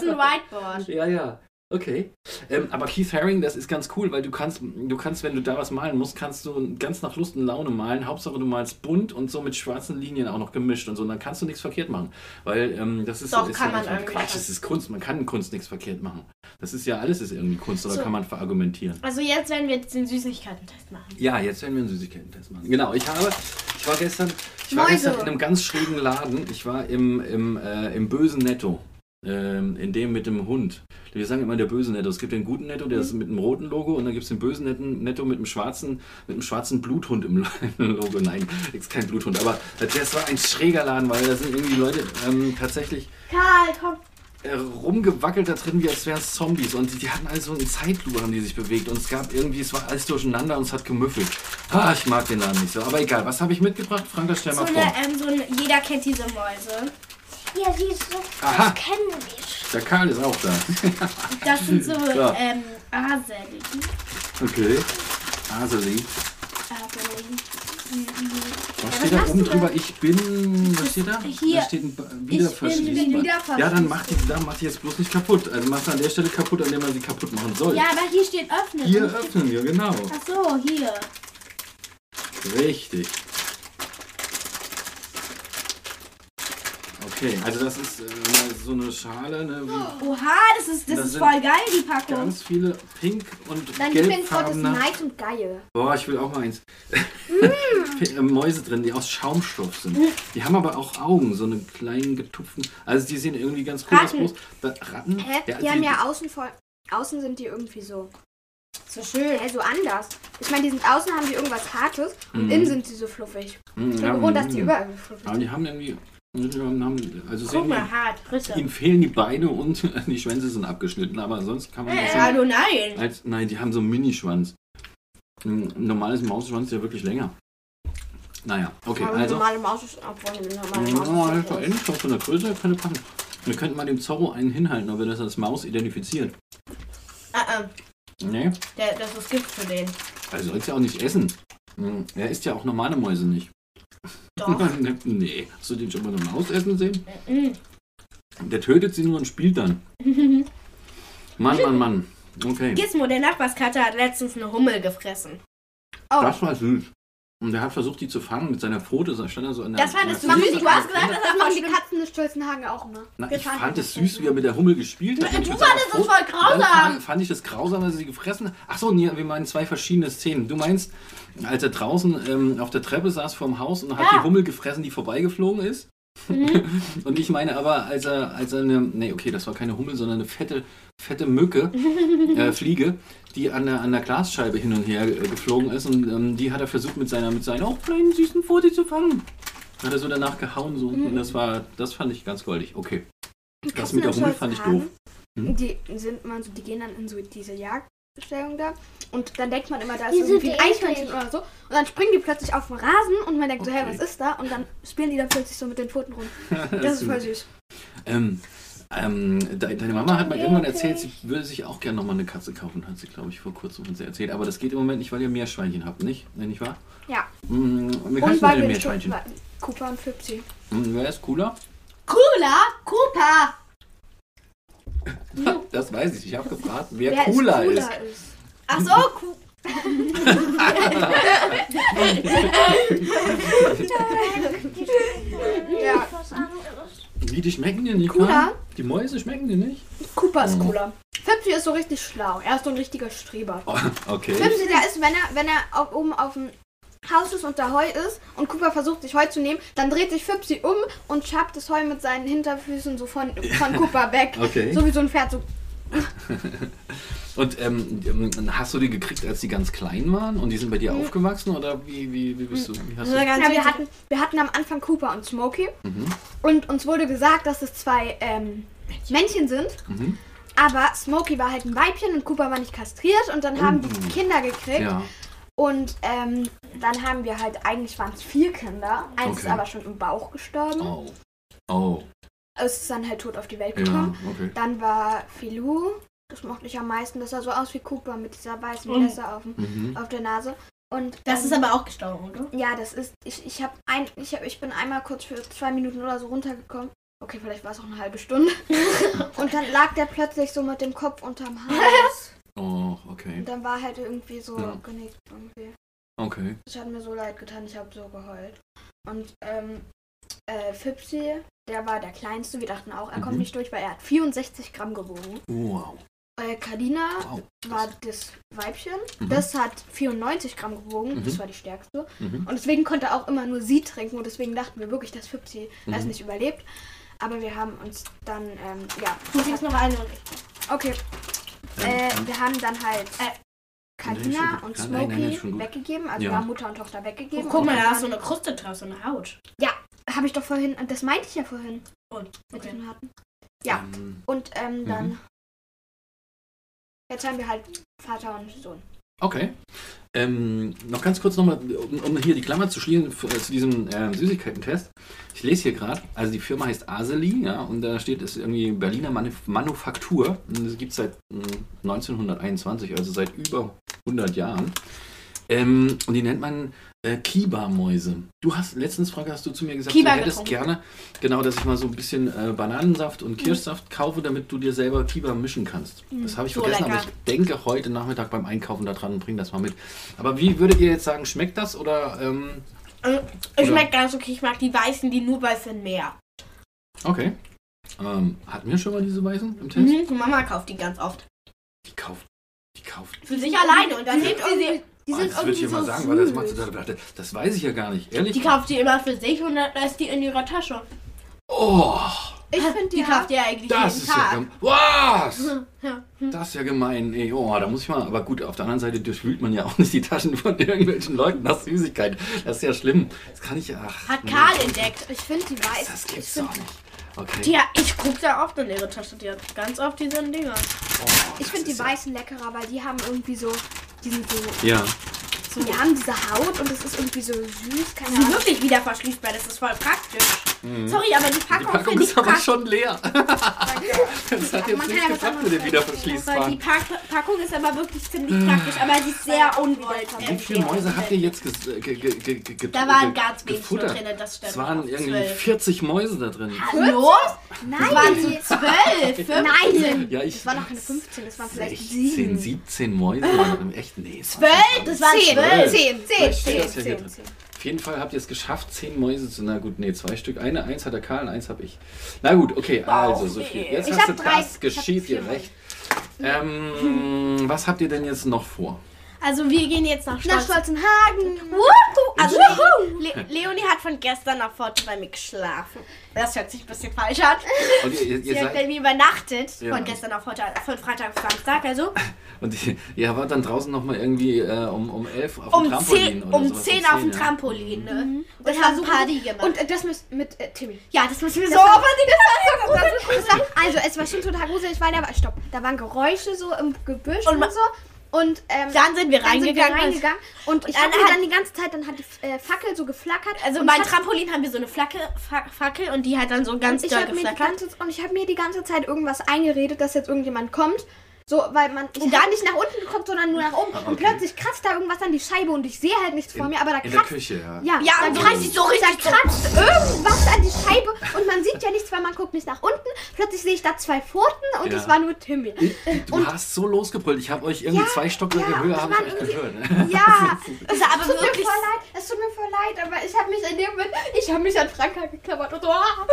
Speaker 1: ein Whiteboard.
Speaker 2: ja, ja. Okay. Ähm, aber Keith Haring, das ist ganz cool, weil du kannst, du kannst, wenn du da was malen musst, kannst du ganz nach Lust und Laune malen. Hauptsache du malst bunt und so mit schwarzen Linien auch noch gemischt und so. Und dann kannst du nichts verkehrt machen. Weil ähm, das ist,
Speaker 1: Doch,
Speaker 2: ist
Speaker 1: kann
Speaker 2: ja
Speaker 1: man
Speaker 2: einfach
Speaker 1: irgendwie
Speaker 2: Quatsch,
Speaker 1: schon.
Speaker 2: das ist Kunst. Man kann in Kunst nichts verkehrt machen. Das ist ja alles ist irgendwie Kunst oder
Speaker 1: So.
Speaker 2: kann man verargumentieren.
Speaker 1: Also jetzt werden wir jetzt den Süßigkeiten-Test machen.
Speaker 2: Ja, jetzt werden wir einen Süßigkeiten-Test machen. Genau, ich habe, ich war gestern, ich war
Speaker 3: Mäuse.
Speaker 2: gestern in einem ganz schrägen Laden. Ich war im, im, äh, im bösen Netto. Ähm, in dem mit dem Hund. Wir sagen immer der böse Netto. Es gibt den guten Netto, der ist mit dem roten Logo und dann gibt es den bösen Netten- Netto mit dem schwarzen, mit dem schwarzen Bluthund im (laughs) Lo- im Logo. Nein, ist kein Bluthund. Aber das war ein schräger Laden, weil da sind irgendwie Leute ähm, tatsächlich
Speaker 1: Karl, komm.
Speaker 2: äh, rumgewackelt da drin, wie als wären es Zombies. Und die, die hatten alle so einen Zeitlupe, haben die sich bewegt. Und es gab irgendwie, es war alles durcheinander und es hat gemüffelt. Ah, ich mag den Laden nicht so. Aber egal, was habe ich mitgebracht? Frank, das stell
Speaker 1: So
Speaker 2: mal
Speaker 1: eine,
Speaker 2: vor.
Speaker 1: ähm, so ein, jeder kennt diese Mäuse.
Speaker 4: Ja, siehst du,
Speaker 2: Aha.
Speaker 4: das kennen wir schon.
Speaker 2: Der Karl ist auch da.
Speaker 1: Das sind so
Speaker 2: Ja.
Speaker 1: ähm, Aserlichen.
Speaker 2: Okay. Also, Aseli.
Speaker 1: Aserlichen.
Speaker 2: Was
Speaker 1: was
Speaker 2: steht da
Speaker 1: machst
Speaker 2: oben
Speaker 1: du
Speaker 2: drüber? Ich bin. Was steht da?
Speaker 1: Hier.
Speaker 2: Da steht ein Ba- wieder
Speaker 1: Ich bin wieder
Speaker 2: verschließbar. Ja, dann macht die, dann macht die jetzt bloß nicht kaputt. Also macht sie an der Stelle kaputt, an der man sie kaputt machen soll.
Speaker 1: Ja, aber hier steht öffnen.
Speaker 2: Hier öffnen wir, genau.
Speaker 1: Ach so, hier.
Speaker 2: Richtig. Okay, also das ist äh, so eine Schale, ne, wie
Speaker 1: Oha, das ist, das
Speaker 2: Das
Speaker 1: ist
Speaker 2: sind
Speaker 1: voll geil, die Packung.
Speaker 2: ganz viele pink und
Speaker 3: Dein Lieblingswort ist
Speaker 2: gelbfarbene.
Speaker 3: Neid und Geil.
Speaker 2: Boah, ich will auch mal eins.
Speaker 3: Mm.
Speaker 2: (laughs) Äh, Mäuse drin, die aus Schaumstoff sind. Die haben aber auch Augen, so einen kleinen getupften. Also die sehen irgendwie ganz cool aus.
Speaker 1: Ratten.
Speaker 2: Bloß- Da, Ratten?
Speaker 3: Hä?
Speaker 2: Ja,
Speaker 3: die haben ja außen voll. Außen sind die irgendwie so.
Speaker 1: So schön.
Speaker 3: Hä, so anders. Ich meine, die sind außen, haben die irgendwas Hartes und
Speaker 2: Mhm.
Speaker 3: innen sind sie so fluffig.
Speaker 2: mh,
Speaker 3: Ich
Speaker 2: ja, mhm.
Speaker 3: bin froh, dass die
Speaker 2: mh.
Speaker 3: überall so fluffig
Speaker 2: Aber
Speaker 3: sind.
Speaker 2: die haben irgendwie. die Haben, also
Speaker 1: Guck
Speaker 2: sehen
Speaker 1: mal,
Speaker 2: die,
Speaker 1: hart, Risse.
Speaker 2: ihnen fehlen die Beine und (laughs) die Schwänze sind abgeschnitten, aber sonst kann man das
Speaker 1: Äh, hallo, nein.
Speaker 2: Als, nein, die haben so einen Minischwanz. Ein normales Mausschwanz ist ja wirklich länger. Naja, okay,
Speaker 3: Aber
Speaker 2: also. Mhm.
Speaker 3: normale Maus ist obwohl eine normale
Speaker 2: Ja,
Speaker 3: Maus.
Speaker 2: das
Speaker 3: ist
Speaker 2: war
Speaker 3: so
Speaker 2: ähnlich, von der Größe her könnte passen. Wir könnten mal dem Zorro einen hinhalten, ob er das als Maus identifiziert.
Speaker 1: Ah, ah,
Speaker 2: Nee,
Speaker 1: der, das ist Gift für den.
Speaker 2: er soll es ja auch nicht essen. Hm, Er isst ja auch normale Mäuse nicht.
Speaker 1: Doch.
Speaker 2: (laughs) nee, hast du den schon mal eine Maus essen sehen?
Speaker 1: Mhm.
Speaker 2: Der tötet sie nur und
Speaker 1: (laughs)
Speaker 2: spielt dann. Mann, Mann, Mann. Okay,
Speaker 1: Gizmo, der Nachbarskater, hat letztens eine Hummel gefressen.
Speaker 2: das war süß. Und er hat versucht, die zu fangen mit seiner Pfote. Da stand er so an der,
Speaker 1: Das war
Speaker 2: an der
Speaker 1: das Süße,
Speaker 2: Füße.
Speaker 1: du hast gesagt,
Speaker 3: Das machen die Katzen des Stolzenhagen auch immer.
Speaker 2: Na, ich
Speaker 3: Getan.
Speaker 2: fand es süß, wie er mit der Hummel gespielt hat.
Speaker 1: Du fandest es voll
Speaker 2: oh, Dann
Speaker 1: grausam.
Speaker 2: fand- fand ich das grausam, dass er sie gefressen hat. Achso, nee, wir meinen zwei verschiedene Szenen. Du meinst, als er draußen ähm, auf der Treppe saß vorm Haus und hat
Speaker 1: Ja. Mhm.
Speaker 2: die Hummel gefressen, die vorbeigeflogen ist? (laughs) und ich meine aber, als er, als er eine, nee, okay, das war keine Hummel, sondern eine fette, fette Mücke,
Speaker 3: Mhm.
Speaker 2: äh, Fliege, die an der, an der Glasscheibe hin und her äh, geflogen ist und ähm, die hat er versucht mit seiner, mit seiner auch kleinen süßen Pfote zu fangen. Hat er so danach gehauen so und
Speaker 3: Mhm.
Speaker 2: das war, das fand ich ganz goldig. Okay.
Speaker 3: Die
Speaker 2: Das
Speaker 3: Katzen
Speaker 2: mit der
Speaker 3: des
Speaker 2: Hummel fand ich
Speaker 3: Stolzenhagen,
Speaker 2: doof. Hm?
Speaker 3: Die sind man so, die gehen dann in so diese Jagdstellung da. Und dann denkt man immer, da ist
Speaker 4: Die sind
Speaker 3: irgendwie ein
Speaker 4: eklig.
Speaker 3: Eichhörnchen oder so. Und dann springen die plötzlich auf den Rasen und man denkt so, hey,
Speaker 2: Okay.
Speaker 3: was ist da? Und dann spielen die da plötzlich so mit den Pfoten rum.
Speaker 2: (laughs)
Speaker 3: Das ist voll süß.
Speaker 2: Ähm, ähm, de deine Mama hat mal irgendwann
Speaker 4: Wirklich?
Speaker 2: erzählt, sie würde sich auch gerne nochmal eine Katze kaufen, hat sie, glaube ich, vor kurzem uns erzählt. Aber das geht im Moment nicht, weil ihr Meerschweinchen habt, nicht? Nee, nicht wahr?
Speaker 3: Ja.
Speaker 2: Mm, wie
Speaker 3: Und
Speaker 2: heißt
Speaker 3: weil
Speaker 2: denn dein
Speaker 3: wir nicht
Speaker 2: Meerschweinchen?
Speaker 3: Cooper und Flipsy.
Speaker 2: Hm, wer ist cooler?
Speaker 1: Cooler Cooper.
Speaker 2: (laughs) Das weiß ich, ich habe gefragt, wer,
Speaker 3: Wer
Speaker 2: cooler
Speaker 3: ist
Speaker 2: ist.
Speaker 3: cooler ist.
Speaker 1: Ach so,
Speaker 2: (laughs)
Speaker 1: Ku-
Speaker 3: Ja.
Speaker 4: Was anderes.
Speaker 2: Wie, die schmecken dir nicht,
Speaker 3: Cooler?
Speaker 2: Mann? Die Mäuse schmecken dir nicht?
Speaker 3: Cooper ist cooler. Flipsy ist so richtig schlau. Er ist so ein richtiger Streber.
Speaker 2: Oh, okay.
Speaker 3: Flipsy, der ist, wenn er, wenn er auf, oben auf dem Haus ist und da Heu ist und Cooper versucht, sich Heu zu nehmen, dann dreht sich Flipsy um und schabt das Heu mit seinen Hinterfüßen so von, von Cooper weg.
Speaker 2: Okay.
Speaker 3: So wie so ein Pferd. So.
Speaker 2: Und ähm, ähm, hast du die gekriegt, als die ganz klein waren und die sind bei
Speaker 3: Mhm.
Speaker 2: dir aufgewachsen? Oder wie, wie, wie bist du? Wie hast
Speaker 1: Das war
Speaker 2: du?
Speaker 1: ganz
Speaker 3: Ja, wir,
Speaker 1: süß.
Speaker 3: hatten, wir hatten am Anfang Cooper und Smokey
Speaker 2: Mhm.
Speaker 3: und uns wurde gesagt, dass es zwei ähm, Männchen sind.
Speaker 2: Mhm.
Speaker 3: Aber Smokey war halt ein Weibchen und Cooper war nicht kastriert und dann haben die
Speaker 2: Mhm.
Speaker 3: Kinder gekriegt.
Speaker 2: Ja.
Speaker 3: Und ähm, dann haben wir halt, eigentlich waren es vier Kinder. Eins ist
Speaker 2: Okay.
Speaker 3: aber schon im Bauch gestorben.
Speaker 2: Oh. Oh.
Speaker 3: Es ist dann halt tot auf die Welt
Speaker 2: Ja,
Speaker 3: gekommen.
Speaker 2: okay.
Speaker 3: Dann war Filou. Das mochte ich am meisten. Das sah so aus wie Cooper mit dieser weißen
Speaker 1: Mhm.
Speaker 3: Messe auf, dem-
Speaker 2: Mhm.
Speaker 3: auf der Nase. Und
Speaker 1: Das
Speaker 3: ähm,
Speaker 1: ist aber auch gestorben, (laughs) oder?
Speaker 3: Ja, das ist. Ich, ich, hab ein, ich, hab, ich bin einmal kurz für zwei Minuten oder so runtergekommen. Okay, vielleicht war es auch eine halbe Stunde. und dann lag der plötzlich so mit dem Kopf unterm Hals.
Speaker 2: (laughs) Oh, okay.
Speaker 3: Und dann war halt irgendwie so
Speaker 2: Ja.
Speaker 3: genickt irgendwie.
Speaker 2: Okay.
Speaker 3: Es hat mir so leid getan, ich habe so geheult. Und ähm, äh, Fipsi, der war der Kleinste. Wir dachten auch, er kommt
Speaker 2: Mhm.
Speaker 3: nicht durch, weil er hat 64 Gramm gewogen.
Speaker 2: Wow.
Speaker 3: Äh, Kalina
Speaker 2: Wow.
Speaker 3: war das Weibchen.
Speaker 2: Mhm.
Speaker 3: Das hat 94 Gramm gewogen. Das
Speaker 2: Mhm.
Speaker 3: war die stärkste.
Speaker 2: Mhm.
Speaker 3: Und deswegen konnte er auch immer nur sie trinken. Und deswegen dachten wir wirklich, dass Fipsi das
Speaker 2: Mhm.
Speaker 3: nicht überlebt. Aber wir haben uns dann, ähm, ja,
Speaker 1: Du kriegst noch eine.
Speaker 3: okay. Äh,
Speaker 2: Ähm,
Speaker 3: wir haben dann halt äh,
Speaker 2: Nein,
Speaker 3: Kalina
Speaker 2: ist schon
Speaker 3: und
Speaker 2: gut. Nein, nein,
Speaker 3: Smokey
Speaker 2: nein, ist schon gut.
Speaker 3: weggegeben. Also
Speaker 2: Ja.
Speaker 3: wir haben Mutter und Tochter weggegeben.
Speaker 1: Oh, Guck mal,
Speaker 3: Und
Speaker 1: da ist
Speaker 3: dann-
Speaker 1: so eine Kruste drauf, so eine Haut.
Speaker 3: Habe ich doch vorhin, das meinte ich ja vorhin.
Speaker 1: Und,
Speaker 3: als wir
Speaker 1: okay.
Speaker 3: ihn hatten. Äh, Ja.
Speaker 2: Ähm,
Speaker 3: Und ähm, dann.
Speaker 2: Mhm.
Speaker 3: Jetzt haben wir halt Vater und Sohn.
Speaker 2: okay. Ähm, noch ganz kurz nochmal, um, um hier die Klammer zu schließen f- äh, zu diesem ähm, Süßigkeiten-Test. Ich lese hier gerade, also die Firma heißt Aseli, ja, und da steht, es ist irgendwie Berliner Manuf Manufaktur. Und Das gibt es seit mh, 1921, also seit über 100 Jahren. Ähm, und die nennt man äh, Kiba-Mäuse. Du hast, letztens, Frank, hast du zu mir gesagt,
Speaker 1: Kiba
Speaker 2: du hättest
Speaker 1: getrunken.
Speaker 2: gerne, genau, dass ich mal so ein bisschen äh, Bananensaft
Speaker 1: Mhm.
Speaker 2: und Kirschsaft kaufe, damit du dir selber Kiba mischen kannst. Das habe ich
Speaker 1: so
Speaker 2: vergessen, aber
Speaker 1: lecker.
Speaker 2: ich denke heute Nachmittag beim Einkaufen da dran und bring das mal mit. Aber wie würdet ihr jetzt sagen, schmeckt das oder, ähm,
Speaker 1: Äh, Ich
Speaker 2: Oder-
Speaker 1: mag ganz okay, ich mag die weißen, die nur weiß sind, mehr.
Speaker 2: okay. Ähm, hatten wir schon mal diese Weißen im Test?
Speaker 1: Mhm, die Mama kauft die ganz oft.
Speaker 2: Die kauft, die kauft.
Speaker 1: Für sich alleine und dann hebt sie sie.
Speaker 3: Die
Speaker 2: Ah,
Speaker 3: sind
Speaker 2: das
Speaker 3: irgendwie
Speaker 2: ich
Speaker 3: so
Speaker 2: mal sagen, weil das,
Speaker 3: süß.
Speaker 2: macht, total- das weiß ich ja gar nicht, ehrlich.
Speaker 1: Die kauft die immer für sich und dann lässt die in ihrer Tasche.
Speaker 2: oh,
Speaker 3: Ich finde
Speaker 1: Die
Speaker 3: die,
Speaker 1: kauft ihr eigentlich
Speaker 2: das
Speaker 1: jeden
Speaker 2: ist ja,
Speaker 1: Tag. Mhm.
Speaker 2: gem- was?
Speaker 1: Ja.
Speaker 2: Das ist ja gemein, ey. Oh, da muss ich mal. Aber gut, auf der anderen Seite durchwühlt man ja auch nicht die Taschen von irgendwelchen Leuten nach Süßigkeiten. Das ist ja schlimm. Das kann ich ja. Ach,
Speaker 1: Hat
Speaker 2: nee.
Speaker 1: Karl entdeckt.
Speaker 3: Ich finde die weiß.
Speaker 2: Das
Speaker 3: ich
Speaker 2: gibt's
Speaker 3: finde
Speaker 2: doch nicht. Okay.
Speaker 1: Die, hat- ich guck da oft in ihre Tasche. Die hat ganz oft diese Dinger.
Speaker 2: oh,
Speaker 3: ich
Speaker 2: das
Speaker 3: find die
Speaker 2: ist ja-
Speaker 3: weißen leckerer, weil die haben irgendwie so. Die sind so.
Speaker 1: Oh,
Speaker 2: Ja.
Speaker 3: Die haben diese Haut und es ist irgendwie so süß. Keine
Speaker 1: Die
Speaker 3: Ahnung.
Speaker 1: wirklich wieder verschließbar. Das ist voll praktisch. Sorry, aber die
Speaker 2: Mhm. Die
Speaker 1: Packung,
Speaker 2: Packung
Speaker 1: finde ich
Speaker 2: ist aber
Speaker 1: praktisch.
Speaker 2: schon leer. Das hat
Speaker 3: Aber
Speaker 2: jetzt
Speaker 3: man
Speaker 2: nicht
Speaker 3: kann ja was
Speaker 2: geklappt mit
Speaker 3: anderes
Speaker 2: dem wieder
Speaker 1: Aber die
Speaker 2: verschließbaren.
Speaker 1: Pack Packung ist aber wirklich ziemlich praktisch, aber sie ist sehr unwollend.
Speaker 2: Wie viele Mäuse habt ihr jetzt ges ge ge ge ge ge
Speaker 1: Da waren
Speaker 2: ge-
Speaker 1: ganz wenig nur
Speaker 2: gefuttert?
Speaker 1: drin, das stimmt.
Speaker 2: Es waren irgendwie
Speaker 1: Zwölf.
Speaker 2: 40 Mäuse da drin.
Speaker 1: Los?
Speaker 3: Nein,
Speaker 1: Waren so zwölf?
Speaker 3: nein.
Speaker 2: Ja, ich.
Speaker 3: Es waren noch keine 15, es waren vielleicht
Speaker 2: 16,
Speaker 3: 7.
Speaker 2: 17 Mäuse waren im echten. Nee, es waren schon
Speaker 1: Zwölf? Das waren zwölf.
Speaker 3: 10, 10,
Speaker 2: Vielleicht steht das ja hier
Speaker 3: 10,
Speaker 2: drin. Auf jeden Fall habt ihr es geschafft, zehn Mäuse zu. Na gut, nee, zwei Stück. Eine, eins hat der Karl und eins hab ich. Na gut, okay, also so viel. Jetzt
Speaker 3: Ich
Speaker 2: hast du
Speaker 3: hab drei-
Speaker 2: das, geschieht
Speaker 3: ich hab
Speaker 2: dir
Speaker 3: vier
Speaker 2: recht.
Speaker 3: (laughs)
Speaker 2: Ähm, was habt ihr denn jetzt noch vor?
Speaker 1: Also wir gehen jetzt nach
Speaker 3: Nach
Speaker 1: Stolz.
Speaker 3: Stolzenhagen.
Speaker 1: Wuhu! Also Le Leonie hat von gestern nach Forte bei mir geschlafen. Das hört sich ein bisschen falsch an.
Speaker 2: Und ihr, ihr, ihr
Speaker 1: Sie hat bei
Speaker 2: seid,
Speaker 1: mir übernachtet.
Speaker 2: Ja.
Speaker 1: Von gestern auf heute, von Freitag auf Samstag. Also
Speaker 2: und ihr, ihr wart dann draußen nochmal irgendwie äh, um, um elf auf
Speaker 1: um
Speaker 2: dem
Speaker 1: 10
Speaker 2: Trampolin oder
Speaker 1: um
Speaker 2: sowas.
Speaker 1: 10 auf dem
Speaker 2: ja.
Speaker 1: Trampolin. Ne? Und
Speaker 3: Das
Speaker 1: das
Speaker 3: war
Speaker 1: haben
Speaker 3: so
Speaker 1: Party gemacht.
Speaker 3: Und äh, das mit, mit äh, Timmy.
Speaker 1: ja, das müssen wir so aufwendig das war so
Speaker 3: Das war, also, es war schon total gruselig, weil da war, stopp, da waren Geräusche so im Gebüsch
Speaker 1: Und
Speaker 3: und,
Speaker 1: ma-
Speaker 3: so. Und ähm,
Speaker 1: Dann sind wir
Speaker 3: dann sind wir
Speaker 1: reingegangen.
Speaker 3: reingegangen. Und ich
Speaker 1: dann
Speaker 3: habe mir
Speaker 1: hat-
Speaker 3: dann die ganze Zeit, dann hat die äh, Fackel so geflackert.
Speaker 1: also
Speaker 3: und
Speaker 1: beim
Speaker 3: ich hab-
Speaker 1: Trampolin haben wir so eine Flacke, Fa Fackel und die hat dann so ganz
Speaker 3: ich
Speaker 1: doll
Speaker 3: hab mir die
Speaker 1: geflackert.
Speaker 3: ganze, und ich habe mir die ganze Zeit irgendwas eingeredet, dass jetzt irgendjemand kommt. So, weil man ich
Speaker 1: dann-
Speaker 3: gar nicht nach unten kommt, sondern nur nach oben. Und
Speaker 2: okay.
Speaker 3: plötzlich kratzt da irgendwas an die Scheibe und ich sehe halt nichts vor mir, aber da
Speaker 2: In der
Speaker 3: kratzt
Speaker 2: Küche, ja.
Speaker 3: Ja,
Speaker 1: Ja,
Speaker 3: da
Speaker 1: und so
Speaker 3: kratzt-
Speaker 1: richtig so richtig so.
Speaker 3: da kratzt irgendwas an die Scheibe und man sieht ja nichts, weil man guckt nicht nach unten. Plötzlich sehe ich da zwei Pfoten und
Speaker 2: Ja.
Speaker 3: es war nur Timmy.
Speaker 2: Du hast so losgebrüllt. Ich habe euch irgendwie
Speaker 3: Ja,
Speaker 2: zwei Stockwerke
Speaker 3: ja,
Speaker 2: höher
Speaker 3: das
Speaker 2: habe
Speaker 3: war
Speaker 2: ich euch
Speaker 3: irgendwie-
Speaker 2: gehört. ne?
Speaker 3: Ja,
Speaker 1: (laughs) Das war aber
Speaker 3: es tut mir voll
Speaker 1: wirklich
Speaker 3: leid, es tut mir voll leid, aber ich habe mich in dem Moment, ich habe mich an Franka geklammert und so, ah.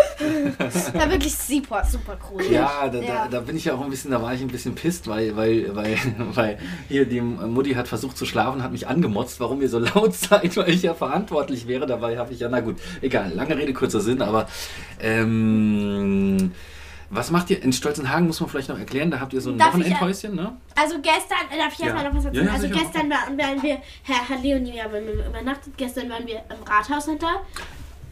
Speaker 1: Das war wirklich super, super cool.
Speaker 2: Ja, da, Da,
Speaker 3: Ja.
Speaker 2: da bin ich ja auch ein bisschen, da war ich ein bisschen pisst, weil, weil, weil, (laughs) weil hier die Mutti hat versucht zu schlafen, hat mich angemotzt, warum ihr so laut (laughs) seid, weil ich ja verantwortlich wäre. Dabei habe ich ja, na gut, egal, lange Rede, kurzer Sinn, aber ähm, was macht ihr? In Stolzenhagen muss man vielleicht noch erklären, da habt ihr so ein
Speaker 1: Darf ich, äh,
Speaker 2: Wochenendhäuschen, ne?
Speaker 1: Also gestern, äh, darf ich erstmal
Speaker 2: Ja.
Speaker 1: noch was erzählen?
Speaker 2: Ja, ja,
Speaker 1: also
Speaker 2: sicher.
Speaker 1: gestern waren, waren wir, Herr, Herr Leonie ja, bei mir übernachtet, gestern waren wir im Rathaus hinter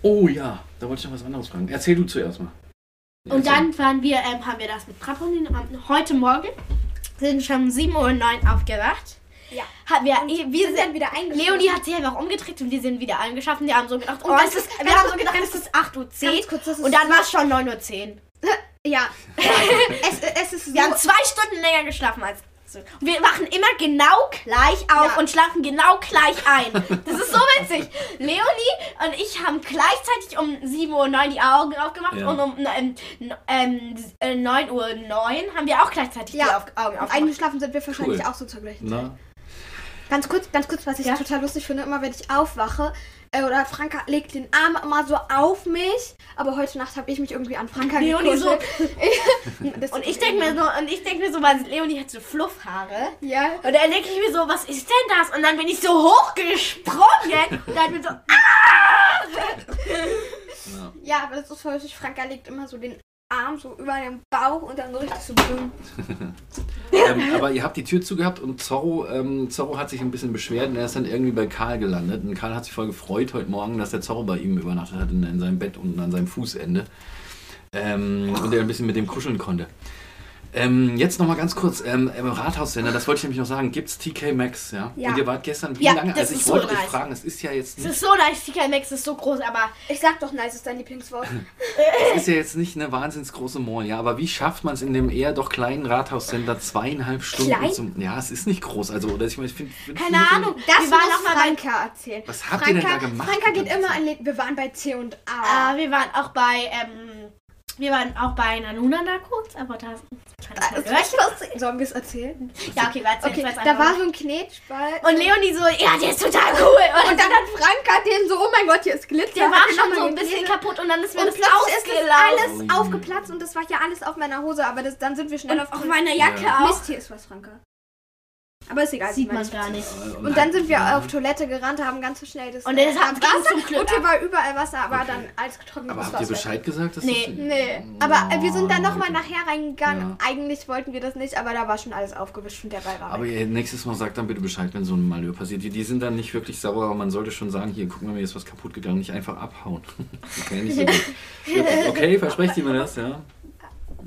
Speaker 2: Oh ja, da wollte ich noch was anderes fragen. Erzähl du zuerst mal. Ja,
Speaker 1: und
Speaker 2: erzähl.
Speaker 1: dann waren wir, ähm, haben wir das mit Trampolin gemacht. Heute Morgen sind schon um 7.09 Uhr aufgewacht.
Speaker 3: Ja.
Speaker 1: Hat, wir, eh, wir sind
Speaker 3: wieder eingeschlafen.
Speaker 1: Leonie hat sich einfach umgedreht und wir sind wieder angeschaffen. Die haben so gedacht, oh,
Speaker 3: Und
Speaker 1: es
Speaker 3: das
Speaker 1: ist,
Speaker 3: ist-
Speaker 1: wir
Speaker 3: ganz
Speaker 1: haben so
Speaker 3: kurz,
Speaker 1: gedacht,
Speaker 3: ganz
Speaker 1: es ist 8.10
Speaker 3: ganz
Speaker 1: Uhr.
Speaker 3: kurz, das ist
Speaker 1: Und dann war es schon 9.10 Uhr.
Speaker 3: (laughs) ja, (laughs) es, es ist so,
Speaker 1: Wir haben zwei Stunden länger geschlafen als. so. Und wir wachen immer genau gleich auf
Speaker 3: Ja.
Speaker 1: und schlafen genau gleich ein. Das ist so
Speaker 3: (laughs)
Speaker 1: witzig. Leonie und ich haben gleichzeitig um 7.09 Uhr die Augen aufgemacht
Speaker 2: Ja.
Speaker 1: und um ähm, n- ähm, s- äh, 9.09 Uhr haben wir auch gleichzeitig die
Speaker 3: Ja.
Speaker 1: auf Augen
Speaker 3: und
Speaker 1: aufgemacht.
Speaker 3: eingeschlafen sind wir wahrscheinlich
Speaker 2: Cool.
Speaker 3: auch so zur gleichen Zeit.
Speaker 2: Na,
Speaker 3: Ganz kurz, ganz kurz, was ich
Speaker 1: Ja.
Speaker 3: total lustig finde, immer wenn ich aufwache, äh, oder Franka legt den Arm immer so auf mich, aber heute Nacht habe ich mich irgendwie an Franka
Speaker 1: Leonie so-
Speaker 3: (laughs) Das-
Speaker 1: Und ich denke mir so, und ich denke mir so, weil Leonie hat so Fluffhaare.
Speaker 3: ja,
Speaker 1: Und dann denke ich mir so, was ist denn das? Und dann bin ich so hochgesprungen und dann bin ich so, ah,
Speaker 2: na.
Speaker 3: ja, aber das ist voll lustig. Franka legt immer so den Arm so über den Bauch und dann so richtig so blum.
Speaker 2: ähm, aber ihr habt die Tür zugehabt und Zorro, ähm, Zorro hat sich ein bisschen beschwert und er ist dann irgendwie bei Karl gelandet. Und Karl hat sich voll gefreut heute Morgen, dass der Zorro bei ihm übernachtet hat in, in seinem Bett unten an seinem Fußende. ähm, und er ein bisschen mit dem kuscheln konnte. Ähm, jetzt nochmal ganz kurz, ähm, im Rathaussender, das wollte ich nämlich noch sagen, gibt's TK Maxx, ja?
Speaker 3: Ja.
Speaker 2: Und ihr wart gestern, wie
Speaker 1: Ja,
Speaker 2: lange?
Speaker 1: das
Speaker 2: Also ich
Speaker 1: ist so
Speaker 2: wollte euch
Speaker 1: nice.
Speaker 2: fragen, es ist ja jetzt
Speaker 1: Es
Speaker 2: nicht,
Speaker 1: ist so nice, TK Maxx ist so groß, aber
Speaker 3: Ich sag doch, nice ist
Speaker 2: (laughs)
Speaker 3: dein Lieblingswort.
Speaker 2: es ist ja jetzt nicht eine wahnsinns große Mall, ja, aber wie schafft man es in dem eher doch kleinen Rathaussender zweieinhalb Stunden
Speaker 1: Klein?
Speaker 2: zum. Ja, es ist nicht groß, also oder ich meine, ich finde.
Speaker 1: keine Ahnung.
Speaker 3: Das
Speaker 1: wir waren auch
Speaker 3: muss
Speaker 1: mal bei
Speaker 3: Franka erzählen.
Speaker 2: Was habt ihr denn da gemacht?
Speaker 3: Franka geht
Speaker 2: die ganze
Speaker 3: immer
Speaker 2: Zeit?
Speaker 3: an den... Wir waren bei C und
Speaker 1: Äh,
Speaker 3: A.
Speaker 1: wir waren auch bei, ähm, wir waren auch bei Nanuna da kurz, aber da kann ich mal durch.
Speaker 3: Sollen wir es erzählen?
Speaker 1: Ja, okay, wir erzählen
Speaker 3: Okay,
Speaker 1: jetzt
Speaker 3: da
Speaker 1: einfach
Speaker 3: war
Speaker 1: mal.
Speaker 3: so ein Knetspalt.
Speaker 1: Und Leonie so, ja, der ist total cool.
Speaker 3: Und dann hat Franka den so, oh mein Gott, hier ist Glitzer.
Speaker 1: der war
Speaker 3: hat den
Speaker 1: schon
Speaker 3: nochmal
Speaker 1: so ein bisschen
Speaker 3: geknetet.
Speaker 1: kaputt und dann ist mir
Speaker 3: Und
Speaker 1: das
Speaker 3: plötzlich ist das
Speaker 1: ausgelaufen.
Speaker 2: Ui.
Speaker 3: alles aufgeplatzt und das war ja alles auf meiner Hose, aber das, dann sind wir schnell auf...
Speaker 4: Auf meiner Jacke
Speaker 2: Ja.
Speaker 4: auch.
Speaker 3: Mist, hier ist was, Franka. Aber ist egal.
Speaker 1: Sieht
Speaker 3: ich meine-
Speaker 1: man gar nicht.
Speaker 3: Äh, Und dann sind wir auf Toilette gerannt, haben ganz schnell das...
Speaker 1: Und das hat
Speaker 3: Wasser
Speaker 1: ganz zum Glück.
Speaker 3: Und
Speaker 1: ab.
Speaker 3: hier war überall Wasser, aber
Speaker 2: Okay.
Speaker 3: dann als getrocknetes
Speaker 2: Aber
Speaker 3: Wasser.
Speaker 2: habt ihr Bescheid gesagt? Dass
Speaker 1: Nee.
Speaker 2: das,
Speaker 3: Nee, aber äh, wir sind dann nochmal
Speaker 2: Leute.
Speaker 3: nachher reingegangen.
Speaker 2: Ja.
Speaker 3: Eigentlich wollten wir das nicht, aber da war schon alles aufgewischt und der Ball war
Speaker 2: Aber
Speaker 3: weg.
Speaker 2: ihr nächstes Mal sagt dann bitte Bescheid, wenn so ein Malheur passiert. Die, die sind dann nicht wirklich sauer, aber man sollte schon sagen, hier, guck mal, mir ist was kaputt gegangen, nicht einfach abhauen. (laughs) Das kann ja nicht so gut.
Speaker 3: (laughs)
Speaker 2: Okay, versprecht ihr mir das, ja?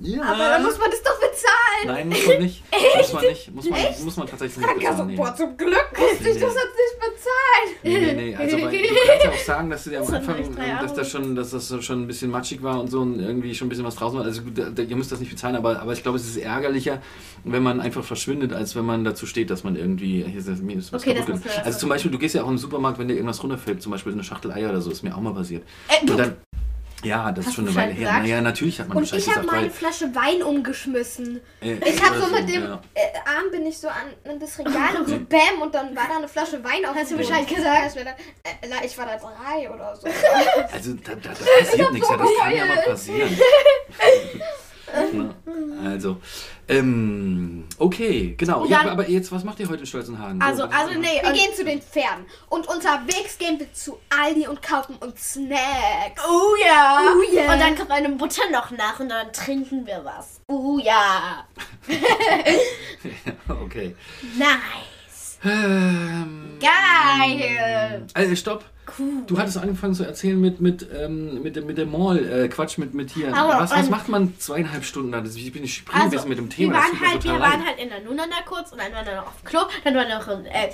Speaker 2: Ja.
Speaker 3: Aber dann muss man das doch bezahlen.
Speaker 2: Nein, muss man
Speaker 3: (laughs)
Speaker 2: nicht. Muss man nicht. Muss man, muss man tatsächlich nicht
Speaker 3: Franka so,
Speaker 2: bezahlen. Nee.
Speaker 3: also, boah, zum Glück musste ich
Speaker 2: Nee.
Speaker 3: das jetzt nicht bezahlen.
Speaker 2: Nee, nee, nee. Also, weil, du kannst ja auch sagen, dass du dir am
Speaker 1: Das hat
Speaker 2: Anfang,
Speaker 1: nur echt drei
Speaker 2: ähm, dass
Speaker 1: Augen.
Speaker 2: das, schon, dass das so schon ein bisschen matschig war und so und irgendwie schon ein bisschen was draußen war. Also, gut, da, da- ihr müsst das nicht bezahlen, aber, aber ich glaube, es ist ärgerlicher, wenn man einfach verschwindet, als wenn man dazu steht, dass man irgendwie. Hier ist, das- mir ist was
Speaker 1: Okay,
Speaker 2: kaputt
Speaker 1: das ist
Speaker 2: gegangen.
Speaker 1: ja-
Speaker 2: Also, zum Beispiel, du gehst ja auch im Supermarkt, wenn dir irgendwas runterfällt, zum Beispiel eine Schachtel Eier oder so, ist mir auch mal passiert.
Speaker 1: Äh,
Speaker 2: Und dann, ja, das ist
Speaker 1: Hast
Speaker 2: schon
Speaker 1: du
Speaker 2: eine Weile
Speaker 1: Bescheid
Speaker 2: her.
Speaker 1: gesagt?
Speaker 2: Naja, natürlich hat man
Speaker 3: Und
Speaker 2: Bescheid
Speaker 3: ich habe
Speaker 2: gesagt.
Speaker 3: meine Flasche Wein umgeschmissen.
Speaker 2: weil, äh,
Speaker 3: Ich habe
Speaker 2: oder
Speaker 3: so mit dem
Speaker 2: ja.
Speaker 3: äh, Arm bin ich so an, an das Regal und so bäm und dann war da eine Flasche Wein auf Hast
Speaker 1: du Bescheid gesagt?
Speaker 3: äh, ich war da drei oder (laughs) so.
Speaker 2: Also da, da, da passiert nichts, ja, das kann ja mal passieren. Na, also, ähm, okay, genau.
Speaker 1: Und
Speaker 2: Ja,
Speaker 1: dann-
Speaker 2: aber jetzt, was macht ihr heute in Stolzenhagen? So,
Speaker 1: Also,
Speaker 2: was-
Speaker 1: also nee,
Speaker 3: Wir
Speaker 1: und-
Speaker 3: gehen zu den Pferden und unterwegs gehen wir zu Aldi und kaufen uns Snacks.
Speaker 1: Oh ja.
Speaker 3: Oh ja.
Speaker 1: Und dann kommt meine Mutter noch nach und dann trinken wir was. Oh ja. also-
Speaker 2: (laughs) Okay.
Speaker 1: Nice.
Speaker 2: Ähm,
Speaker 1: Geil.
Speaker 2: also, stopp.
Speaker 1: Cool.
Speaker 2: Du hattest angefangen zu erzählen mit, mit, ähm, mit, dem- mit der Mall, äh, Quatsch, mit, mit hier.
Speaker 1: Aber-
Speaker 2: was, was
Speaker 1: und-
Speaker 2: macht man zweieinhalb Stunden da? Das- Ich bin ich springe ein
Speaker 1: Also,
Speaker 2: bisschen mit dem Thema.
Speaker 1: wir
Speaker 2: das
Speaker 1: waren,
Speaker 2: tut mir
Speaker 1: halt, wir
Speaker 2: total
Speaker 1: waren
Speaker 2: leid.
Speaker 1: halt in der Nunana kurz und dann waren wir noch auf dem Klo, dann waren wir noch in, äh,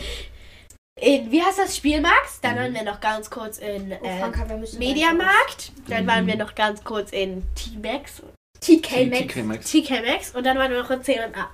Speaker 1: in wie heißt das, Spielmarkt,
Speaker 2: Mhm.
Speaker 1: dann waren wir noch ganz kurz in
Speaker 3: Oh,
Speaker 1: äh,
Speaker 3: Franka, wir müssen
Speaker 1: Mediamarkt, dann
Speaker 2: Mhm.
Speaker 1: waren wir noch ganz kurz in T-Max,
Speaker 3: TK
Speaker 1: halt-
Speaker 3: Maxx.
Speaker 2: TK Maxx.
Speaker 1: TK Maxx und dann waren wir noch in C&A.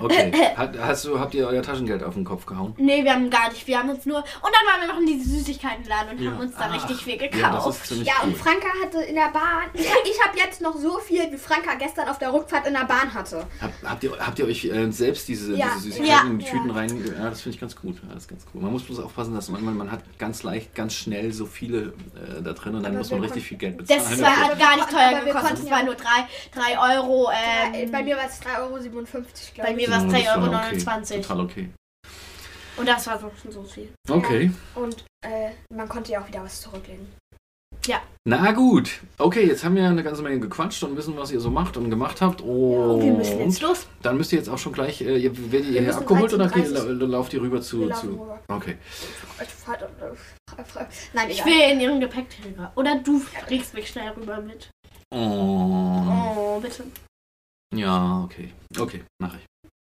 Speaker 1: (laughs)
Speaker 2: okay. Hat, hast du, habt ihr euer Taschengeld auf den Kopf gehauen?
Speaker 1: Nee, wir haben gar nicht, wir haben uns nur, und dann waren wir noch in diesem Süßigkeitenladen und
Speaker 2: Ja.
Speaker 1: haben uns da
Speaker 2: Ach,
Speaker 1: richtig viel
Speaker 2: Ah. Ja, das ist
Speaker 1: gekauft.
Speaker 2: ziemlich
Speaker 3: Ja,
Speaker 2: cool.
Speaker 3: und Franka hatte in der Bahn. Ich, ich habe jetzt noch so viel, wie Franka gestern auf der Rückfahrt in der Bahn hatte.
Speaker 2: Hab, habt, ihr, habt ihr euch äh, selbst diese,
Speaker 3: Ja.
Speaker 2: diese Süßigkeiten
Speaker 1: Ja.
Speaker 2: in die Tüten
Speaker 3: Ja.
Speaker 2: rein? Ja, das finde ich ganz gut. Ja, das ist ganz cool. Man muss bloß aufpassen, dass man, man, man hat ganz leicht, ganz schnell so viele äh, da drin und dann
Speaker 3: Aber
Speaker 2: muss man
Speaker 3: wir
Speaker 2: richtig viel Geld bezahlen.
Speaker 1: das war, hat
Speaker 3: wir
Speaker 1: gar nicht
Speaker 3: konnten-
Speaker 1: teuer
Speaker 3: aber wir
Speaker 1: gekostet,
Speaker 3: konnten
Speaker 1: es war
Speaker 3: ja-
Speaker 1: nur 3 drei, drei Euro.
Speaker 3: Ja,
Speaker 1: Ähm,
Speaker 3: bei mir war es 3,57 Euro, glaube
Speaker 1: bei
Speaker 3: ich.
Speaker 1: mir war es
Speaker 2: Ja, das war Okay.
Speaker 1: 3,29 Euro.
Speaker 2: Total okay.
Speaker 1: Und das war so, schon so viel.
Speaker 2: Okay.
Speaker 3: Und äh, man konnte ja auch wieder was zurücklegen.
Speaker 2: Na gut. Okay, jetzt haben wir eine ganze Menge gequatscht und wissen, was ihr so macht und gemacht habt. Und
Speaker 1: Wir müssen jetzt los.
Speaker 2: dann müsst ihr jetzt auch schon gleich, äh, ihr, werdet ihr
Speaker 3: Wir
Speaker 2: hier
Speaker 3: müssen
Speaker 2: abgeholt oder geht,
Speaker 3: 13.30
Speaker 2: la- lauft ihr rüber zu...
Speaker 3: Wir laufen
Speaker 2: zu
Speaker 3: rüber.
Speaker 2: okay.
Speaker 3: Ich fahr- äh, fra- fra- Nein,
Speaker 1: Ich
Speaker 3: egal.
Speaker 1: will in ihren Gepäckträger. Oder du kriegst mich schnell rüber mit.
Speaker 2: Oh.
Speaker 1: Oh, bitte.
Speaker 2: Ja, okay. Okay, mache ich.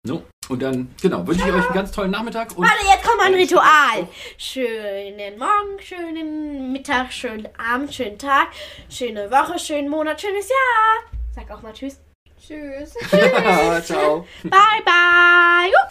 Speaker 2: No. Und dann, genau, wünsche ich euch einen ganz tollen Nachmittag und
Speaker 1: Warte, jetzt kommt mein Ritual. Schönen Morgen, schönen Mittag, schönen Abend, schönen Tag, schöne Woche, schönen Monat, schönes (laughs) Jahr. Sag auch mal Tschüss.
Speaker 2: (laughs)
Speaker 3: Tschüss.
Speaker 2: ciao.
Speaker 1: Bye, bye. Juhu.